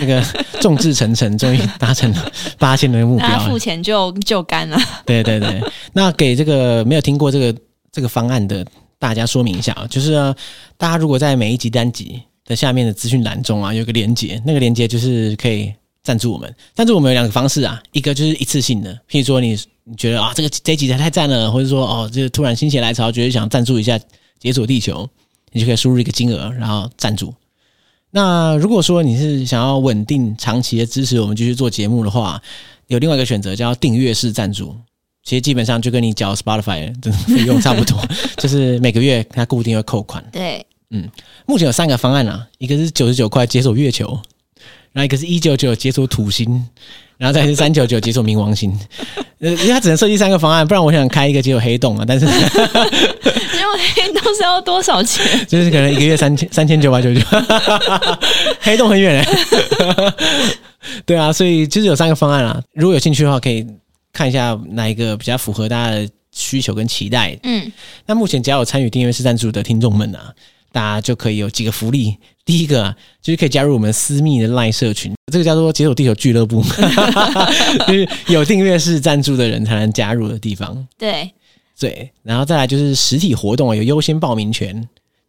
S1: 那个众志成城，终于达成了八千人的目标
S2: 大家
S1: 了
S2: 付。钱就就干了。
S1: *laughs* 对对对，那给这个没有听过这个这个方案的大家说明一下啊，就是、啊、大家如果在每一集单集的下面的资讯栏中啊，有一个连接，那个连接就是可以赞助我们。赞助我们有两个方式啊，一个就是一次性的，譬如说你你觉得啊这个这一集太赞了，或者说哦这个突然心血来潮，觉得想赞助一下解锁地球，你就可以输入一个金额，然后赞助。那如果说你是想要稳定长期的支持我们继续做节目的话，有另外一个选择叫订阅式赞助，其实基本上就跟你缴 Spotify 的费用差不多，就是每个月它固定会扣款。
S2: 对，
S1: 目前有三个方案啊，一个是九十九块解锁月球，然后一个是一九九解锁土星，然后再是三九九解锁冥王星。 *laughs* 呃，因为它只能设计三个方案，不然我想开一个解锁黑洞啊，但是
S2: *laughs*
S1: *laughs*
S2: 因为都是要多少钱？
S1: 就是可能一个月三千三千九百九十九， *laughs* 黑洞很远欸 *laughs* 对啊，所以就是有三个方案啊，如果有兴趣的话，可以看一下哪一个比较符合大家的需求跟期待。
S2: 嗯，
S1: 那目前只要有参与订阅式赞助的听众们啊，大家就可以有几个福利。第一个啊，就是可以加入我们私密的赖社群，这个叫做“解锁地球俱乐部”， *laughs* 就是有订阅式赞助的人才能加入的地方。
S2: 对，
S1: 对，然后再来就是实体活动啊，有优先报名权。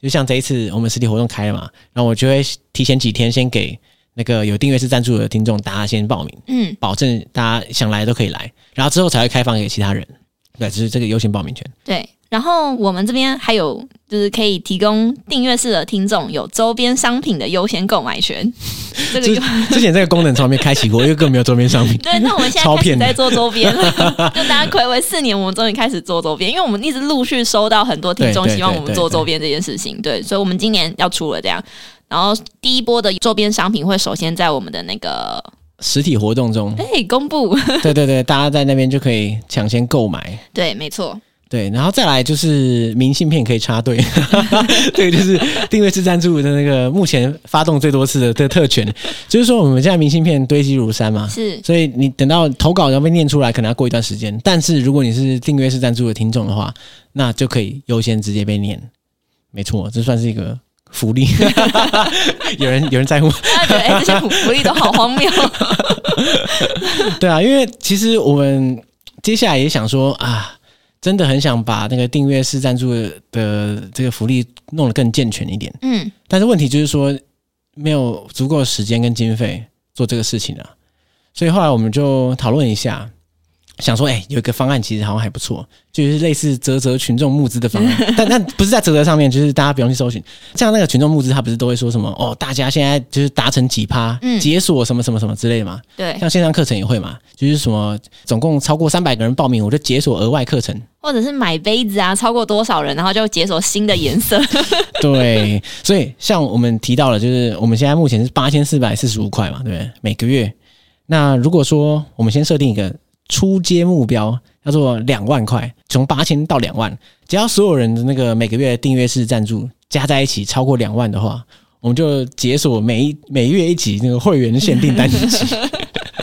S1: 就像这一次我们实体活动开了嘛，然后我就会提前几天先给那个有订阅式赞助的听众大家先报名，
S2: 嗯，
S1: 保证大家想来都可以来，然后之后才会开放给其他人。对，就是这个优先报名权。
S2: 对。然后我们这边还有就是可以提供订阅式的听众有周边商品的优先购买权， *laughs*
S1: *laughs*
S2: 这个
S1: 之
S2: 就。
S1: 之前这个功能从来没开启过，因为根本没有周边商品 *laughs*
S2: 对，那我们现
S1: 超
S2: 在开
S1: 骗
S2: 始
S1: 的
S2: 在做周边
S1: *laughs*
S2: 了，就大家暌违四年，我们终于开始做周边，因为我们一直陆续收到很多听众
S1: 对对
S2: 希望我们做周边这件事情，对，所以我们今年要出了这样。然后第一波的周边商品会首先在我们的那个
S1: 实体活动中，
S2: 哎公布， *laughs*
S1: 对对对，大家在那边就可以抢先购买。
S2: 对，没错，
S1: 对，然后再来就是明信片可以插 *laughs* 队，对，就是定位式赞助的那个目前发动最多次的的特权，就是说我们现在明信片堆积如山嘛，
S2: 是
S1: 所以你等到投稿要被念出来，可能要过一段时间。但是如果你是订阅式赞助的听众的话，那就可以优先直接被念。没错，这算是一个福 *laughs* 利。有人有人在乎，
S2: 大家觉得哎这些福利都好荒谬， *laughs*
S1: *laughs* 对啊，因为其实我们接下来也想说啊，真的很想把那个订阅式赞助的这个福利弄得更健全一点，
S2: 嗯，
S1: 但是问题就是说没有足够的时间跟经费做这个事情啊，所以后来我们就讨论一下。想说，哎、有一个方案其实好像还不错，就是类似泽泽群众募资的方案，但但不是在泽泽上面，就是大家不用去搜寻。像那个群众募资，他不是都会说什么哦，大家现在就是达成几趴，
S2: 嗯
S1: 解锁什么什么什么之类的嘛。
S2: 对，
S1: 像线上课程也会嘛，就是什么总共超过三百个人报名，我就解锁额外课程。
S2: 或者是买杯子啊，超过多少人，然后就解锁新的
S1: *laughs*
S2: 颜色，
S1: 对，所以像我们提到了，就是我们现在目前是八千四百四十五块嘛，对不对？每个月。那如果说我们先设定一个初阶目标，叫做两万块，从八千到两万，只要所有人的那个每个月订阅式赞助加在一起超过两万的话，我们就解锁每一每月一集那个会员限定单集。 *laughs*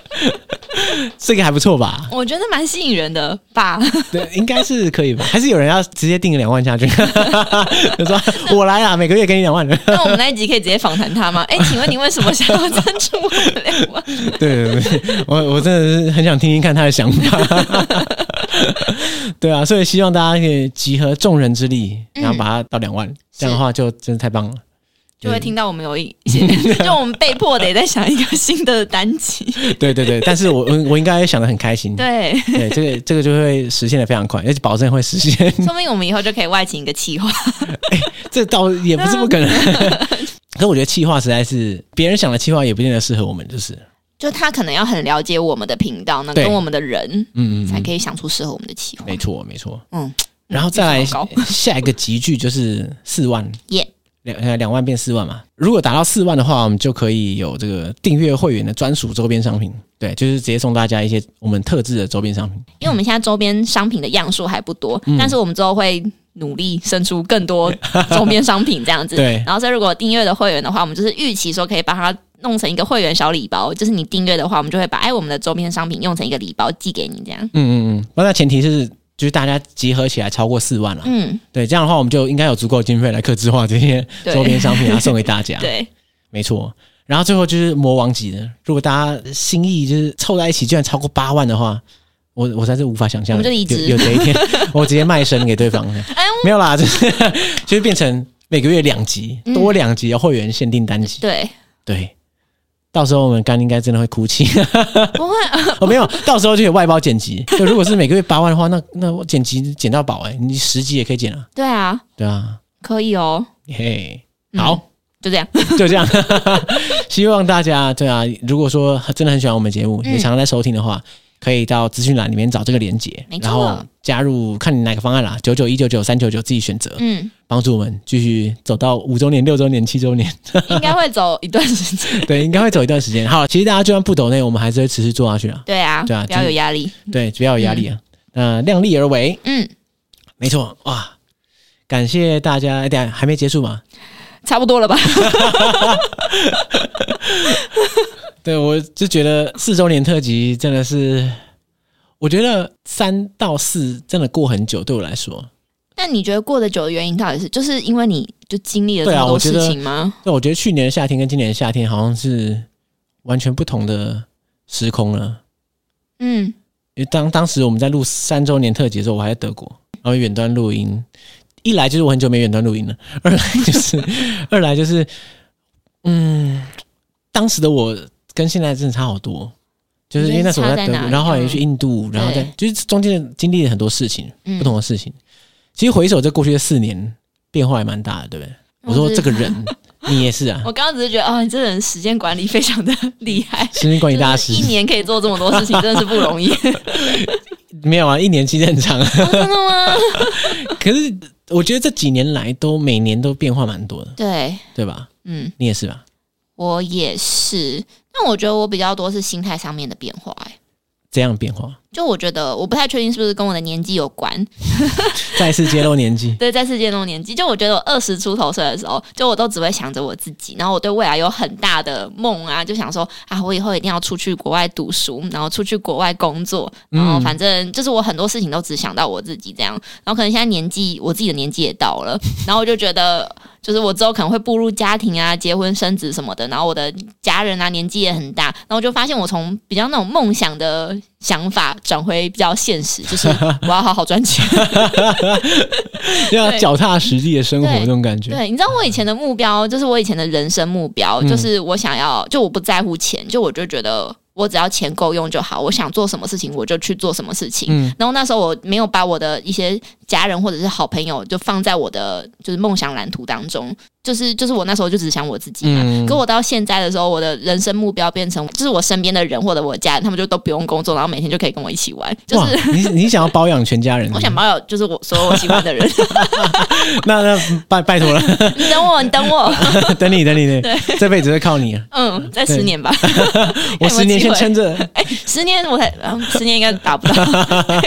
S1: 这个还不错吧？
S2: 我觉得蛮吸引人的吧。 *laughs*
S1: *laughs* 对，应该是可以吧？还是有人要直接定个两万下去？ *laughs* 就说我来啦，每个月给你两万。 *laughs* 对
S2: 那我们那一集可以直接访谈
S1: *laughs*
S2: 他吗？哎、请问你为什么想要赞助我们两万？
S1: 对对，我我真的是很想听听看他的想法。 *laughs* 对啊，所以希望大家可以集合众人之力，
S2: 嗯
S1: 然后把它到两万，这样的话就真的太棒了。
S2: 就会听到我们有一些，就我们被迫得再想一个新的单集。
S1: 对对对，但是我我我应该想的很开心。
S2: 对，
S1: *laughs* 对，这个这个就会实现的非常快，而且保证会实现。 *laughs*
S2: 说明我们以后就可以外请一个企划。
S1: 这倒也不是不可 *laughs* 能。可我觉得气话实在是别人想的气话也不见得适合我们，就是
S2: 就他可能要很了解我们的频道，那
S1: 对
S2: 跟我们的人，
S1: 嗯嗯嗯
S2: 才可以想出适合我们的企划。
S1: 没错，没错。
S2: 嗯，
S1: 然后再来
S2: 预算好
S1: 下一个集聚就是四万，
S2: 耶、
S1: 两呃两万变四万嘛。如果达到四万的话，我们就可以有这个订阅会员的专属周边商品，对，就是直接送大家一些我们特制的周边商品。
S2: 因为我们现在周边商品的样数还不多，
S1: 嗯
S2: 但是我们之后会努力生出更多周边商品这样
S1: *laughs*
S2: 子。
S1: 对
S2: 然后所以如果订阅的会员的话，我们就是预期说可以把它弄成一个会员小礼包，就是你订阅的话，我们就会把哎我们的周边商品用成一个礼包寄给你这样。
S1: 嗯嗯嗯，那前提是就是大家集合起来超过四万了。
S2: 嗯，
S1: 对，这样的话我们就应该有足够的经费来客制化这些
S2: 对
S1: 周边商品啊，送给大家。，
S2: 对，没
S1: 没错。然后最后就是魔王级的，如果大家心意就是凑在一起，居然超过八万的话，我我实在是无法想象有，
S2: 我们就离职哎
S1: 有这一
S2: *laughs*
S1: 天，我直接卖身给对方。没有啦，就是就是变成每个月两集，
S2: 嗯
S1: 多两集的会员限定单集。
S2: 对，
S1: 对，到时候我们干应该真的会哭泣。 *laughs*
S2: 不会，
S1: 哦，没有，到时候就有外包剪辑。就如果是每个月八万的话，那那我剪辑剪到饱哎、你十集也可以剪啊。
S2: 对啊，
S1: 对啊，
S2: 可以哦，
S1: 嘿，好，
S2: 就这样，
S1: *laughs* 就这样。希望大家对啊，如果说真的很喜欢我们节目，
S2: 嗯
S1: 也常常在收听的话，可以到资讯栏里面找这个连接
S2: 没，错
S1: 然后加入，看你哪个方案啦，九九一九九三九九自己选择，
S2: 嗯，
S1: 帮助我们继续走到五周年、六周年、七周年。 *laughs*
S2: 应该会走一段时间，
S1: 对，应该会走一段时间。好，其实大家就算不抖内，我们还是会持续做下去啊。
S2: 对啊，
S1: *laughs* 对啊
S2: 不要有压力，
S1: 对，不要有压力啊，那量力而为。
S2: 嗯，
S1: 没错，哇，感谢大家！哎，等一下还没结束嘛？
S2: 差不多了吧？ *laughs*
S1: 对，我就觉得四周年特辑真的是，我觉得三到四真的过很久，对我来说，
S2: 那你觉得过得久的原因到底是，就是因为你就经历了这
S1: 对啊
S2: 么
S1: 我
S2: 多
S1: 觉
S2: 事
S1: 得
S2: 情吗？
S1: 对，我觉得去年的夏天跟今年的夏天好像是完全不同的时空了。
S2: 嗯，
S1: 因为当当时我们在录三周年特辑的时候，我还在德国，然后远端录音，一来就是我很久没远端录音了， *laughs* 二来就是 *laughs* 二来就是，嗯，当时的我跟现在真的差好多，就是因为那时候我在德
S2: 你觉得差在哪
S1: 国，
S2: 里
S1: 然后后来又去印度，然后再就是中间经历了很多事情，
S2: 嗯
S1: 不同的事情。其实回首这过去的四年，变化还蛮大的，对不对？我说
S2: 是
S1: 这个人，你也是啊，
S2: *laughs* 我刚刚只是觉得，哦，你这人时间管理非常的厉害，
S1: 时间管理大师
S2: 就是一年可以做这么多事情，真的是不容易。
S1: 没有啊，一年其实很长，
S2: 哦真的吗？
S1: *laughs* 可是我觉得这几年来都每年都变化蛮多的，
S2: 对，
S1: 对吧？
S2: 嗯，
S1: 你也是吧？
S2: 我也是。但我觉得我比较多是心态上面的变化、欸。
S1: 这样变化，
S2: 就我觉得，我不太确定是不是跟我的年纪有关。，
S1: 再次揭露年纪
S2: *laughs* 对，在世界那种年纪，就我觉得我二十出头岁的时候，就我都只会想着我自己，然后我对未来有很大的梦啊，就想说啊，我以后一定要出去国外读书，然后出去国外工作，然后反正就是我很多事情都只想到我自己这样。然后可能现在年纪，我自己的年纪也到了，然后我就觉得。就是我之后可能会步入家庭啊、结婚生子什么的，然后我的家人啊年纪也很大，然后我就发现我从比较那种梦想的想法转回比较现实，就是 *laughs* 我要好好赚钱，
S1: 要
S2: 对
S1: 啊脚踏实地的生活
S2: 对
S1: 这种感觉。
S2: 对，你知道我以前的目标，就是我以前的人生目
S1: 嗯
S2: 标，就是我想要，就我不在乎钱，就我就觉得我只要钱够用就好，我想做什么事情我就去做什么事情。
S1: 嗯
S2: 然后那时候我没有把我的一些家人或者是好朋友就放在我的就是梦想蓝图当中，就是就是我那时候就只想我自己嘛。
S1: 嗯
S2: 可我到现在的时候，我的人生目标变成就是我身边的人或者我家人，他们就都不用工作，然后每天就可以跟我一起玩。就
S1: 哇
S2: 是，
S1: 你你想要包养全家人？
S2: 我想保有就是我所有我喜欢的人，
S1: *laughs* 那那拜拜
S2: *laughs*
S1: 托了，
S2: 你等我，你等我，
S1: 等你等你等你，这辈子会靠你了。
S2: 嗯，在十
S1: 对
S2: 年吧。
S1: 我
S2: 有没有
S1: 十年先
S2: 哎机会
S1: 撑
S2: *laughs*
S1: 着
S2: 十年我才，嗯十年应该达不到。
S1: *laughs*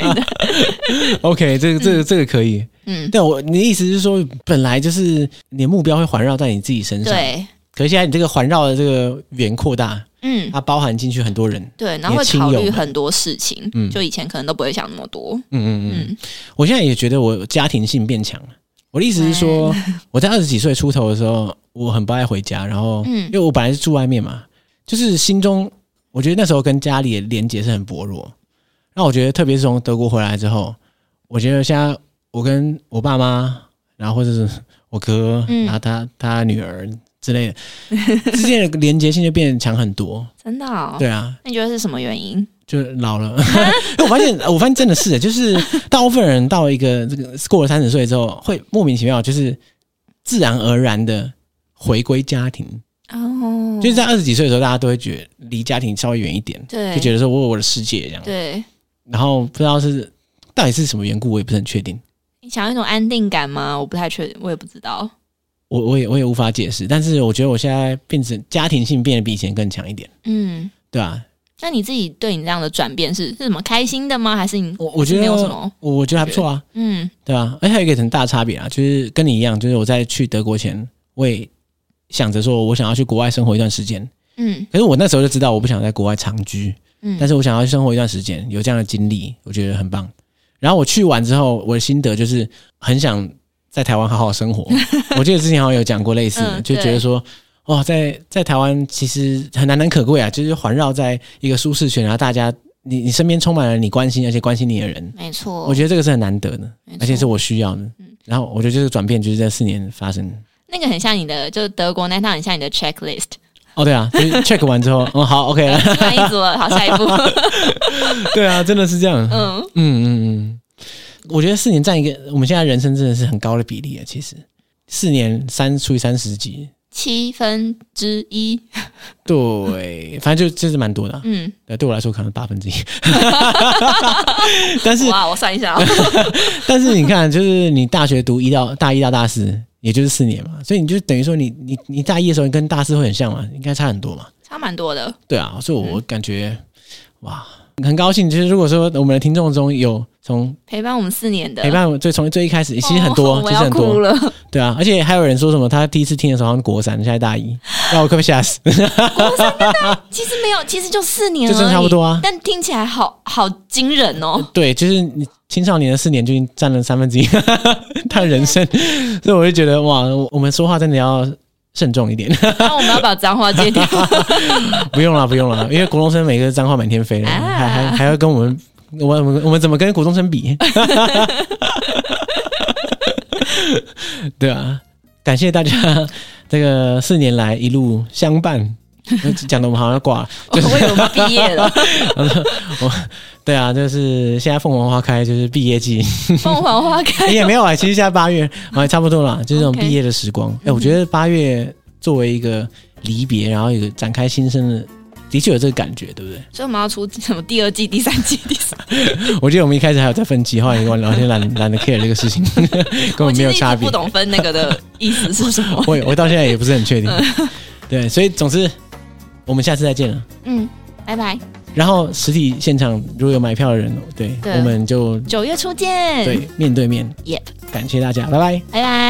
S1: ，OK，这个这个这个可以。
S2: 嗯，
S1: 但我你的意思是说，本来就是你的目标会环绕在你自己身上，
S2: 对，
S1: 可是现在你这个环绕的这个圆扩大，
S2: 嗯，
S1: 它包含进去很多人。
S2: 对，然后会
S1: 亲
S2: 考
S1: 友
S2: 虑
S1: 们
S2: 很多事情，
S1: 嗯
S2: 就以前可能都不会想那么多。
S1: 嗯嗯嗯。
S2: 嗯
S1: 我现在也觉得我家庭性变强了。我的意思是说，我在二十几岁出头的时候，我很不爱回家，然后
S2: 嗯
S1: 因为我本来是住外面嘛，就是心中我觉得那时候跟家里的连接是很薄弱。那我觉得，特别是从德国回来之后，我觉得现在我跟我爸妈，然后或者是我哥，
S2: 嗯
S1: 然后他他女儿之类的之间的连接性就变强很多。
S2: 真的、 *laughs* 哦？
S1: 对啊，
S2: 那你觉得是什么原因？
S1: 就老了。 *laughs* 因为我发现，我发现真的是，就是大部分人到一个这个过了三十岁之后，会莫名其妙，就是自然而然的回归家庭。
S2: 哦，
S1: 就是在二十几岁的时候，大家都会觉得离家庭稍微远一点，
S2: 对，
S1: 就觉得说我有我的世界这样。
S2: 对，
S1: 然后不知道是到底是什么缘故，我也不是很确定，
S2: 你想要一种安定感吗？我不太确，我也不知道。
S1: 我我也我也无法解释。但是我觉得我现在变成家庭性变得比以前更强一点，
S2: 嗯，
S1: 对吧？
S2: 那你自己对你这样的转变是是什么开心的吗？还是你
S1: 我我觉
S2: 没
S1: 得
S2: 有什么？
S1: 我我觉得还不错啊。
S2: 嗯
S1: 对啊，而且还有一个很大的差别啊，就是跟你一样，就是我在去德国前，我也想着说我想要去国外生活一段时间，
S2: 嗯
S1: 可是我那时候就知道我不想在国外长居，
S2: 嗯，
S1: 但是我想要去生活一段时间，有这样的经历，我觉得很棒。然后我去完之后，我的心得就是很想在台湾好好生
S2: *laughs*
S1: 活。我记得之前好像有讲过类似的，
S2: 嗯
S1: 就觉得说。哇、在在台湾其实很难能可贵啊，就是环绕在一个舒适圈，然后大家你你身边充满了你关心而且关心你的人，
S2: 没错，
S1: 我觉得这个是很难得的，
S2: 没错嗯
S1: 而且是我需要的。然后我觉得这个转变就是在四年发生的。
S2: 那个很像你的，就是德国那趟很像你的 checklist，
S1: 哦，对啊， *laughs* 就是 check 完之后，哦，好，OK *laughs* 了。
S2: 吃完一组了，好，下一
S1: *laughs*
S2: 步，
S1: 对啊，真的是这样。嗯
S2: 嗯，
S1: 嗯嗯，我觉得四年占一个我们现在人生真的是很高的比例啊。其实四年三除以三十几，
S2: 七分之一，
S1: 对，反正就就是蛮多的、啊。
S2: 嗯，
S1: 对，对我来说可能八分之一。 *laughs* 但是 *laughs*
S2: 哇，我算一下、哦， *laughs*
S1: 但是你看，就是你大学读一到大一到大四，也就是四年嘛，所以你就等于说你你你大一的时候你跟大四会很像嘛，应该差很多嘛。
S2: 差蛮多的，
S1: 对啊，所以我
S2: 嗯
S1: 感觉、哇，很高兴。就是如果说我们的听众中有从
S2: 陪伴我们四年的，
S1: 陪伴我最从最一开始，其实很多，
S2: 啊哦
S1: 其
S2: 我
S1: 实
S2: 要
S1: 很
S2: 哭
S1: 多，
S2: 了，
S1: 对啊。而且还有人说什么，他第一次听的时候好像国三，现在大
S2: *laughs*
S1: 一，让我快被吓死。
S2: 其实没有，其实就四年，
S1: 就真的差不多啊
S2: 但听起来好好惊人哦。
S1: 对，就是你青少年的四年就已经占了三分之一 *laughs* 他的人生，所以我就觉得哇，我们说话真的要慎重一点。
S2: 那我们要把脏话
S1: *laughs*
S2: 戒掉，
S1: 不用了，不用了，因为国中生每个脏话满天飞了，
S2: 啊
S1: 还还还要跟我们，我我们我们怎么跟国中生比？对啊，感谢大家这个四年来一路相伴，讲的我们好像要挂了。
S2: 我以为我们毕业了。
S1: 对啊，就是现在凤凰花开，就是毕业季，
S2: 凤凰花开，
S1: 也没有啊，其实现在八月啊，差不多啦，就是这种
S2: OK 嗯
S1: 毕业的时光。哎、我觉得八月作为一个离别，然后有个展开新生的，的确有这个感觉，对不对？
S2: 所以我们要出什么第二季、第三季、第四？
S1: 我记得我们一开始还有在分级，后来我聊天懒懒得 care 这个事情， *laughs* *laughs* 根
S2: 我
S1: 本
S2: 其
S1: 没
S2: 实
S1: 有
S2: 一
S1: 差
S2: 直
S1: 别
S2: 不。懂分那个的意思是什
S1: *laughs*
S2: 么。
S1: 我我到现在也不是很确定。对，所以总之我们下次再见了。
S2: 嗯，拜拜，
S1: 然后实体现场如果有买票的人，对
S2: 对
S1: 我们就
S2: 九月初见。
S1: 对面对面。
S2: Yep
S1: 感谢大家，拜拜。
S2: 拜拜。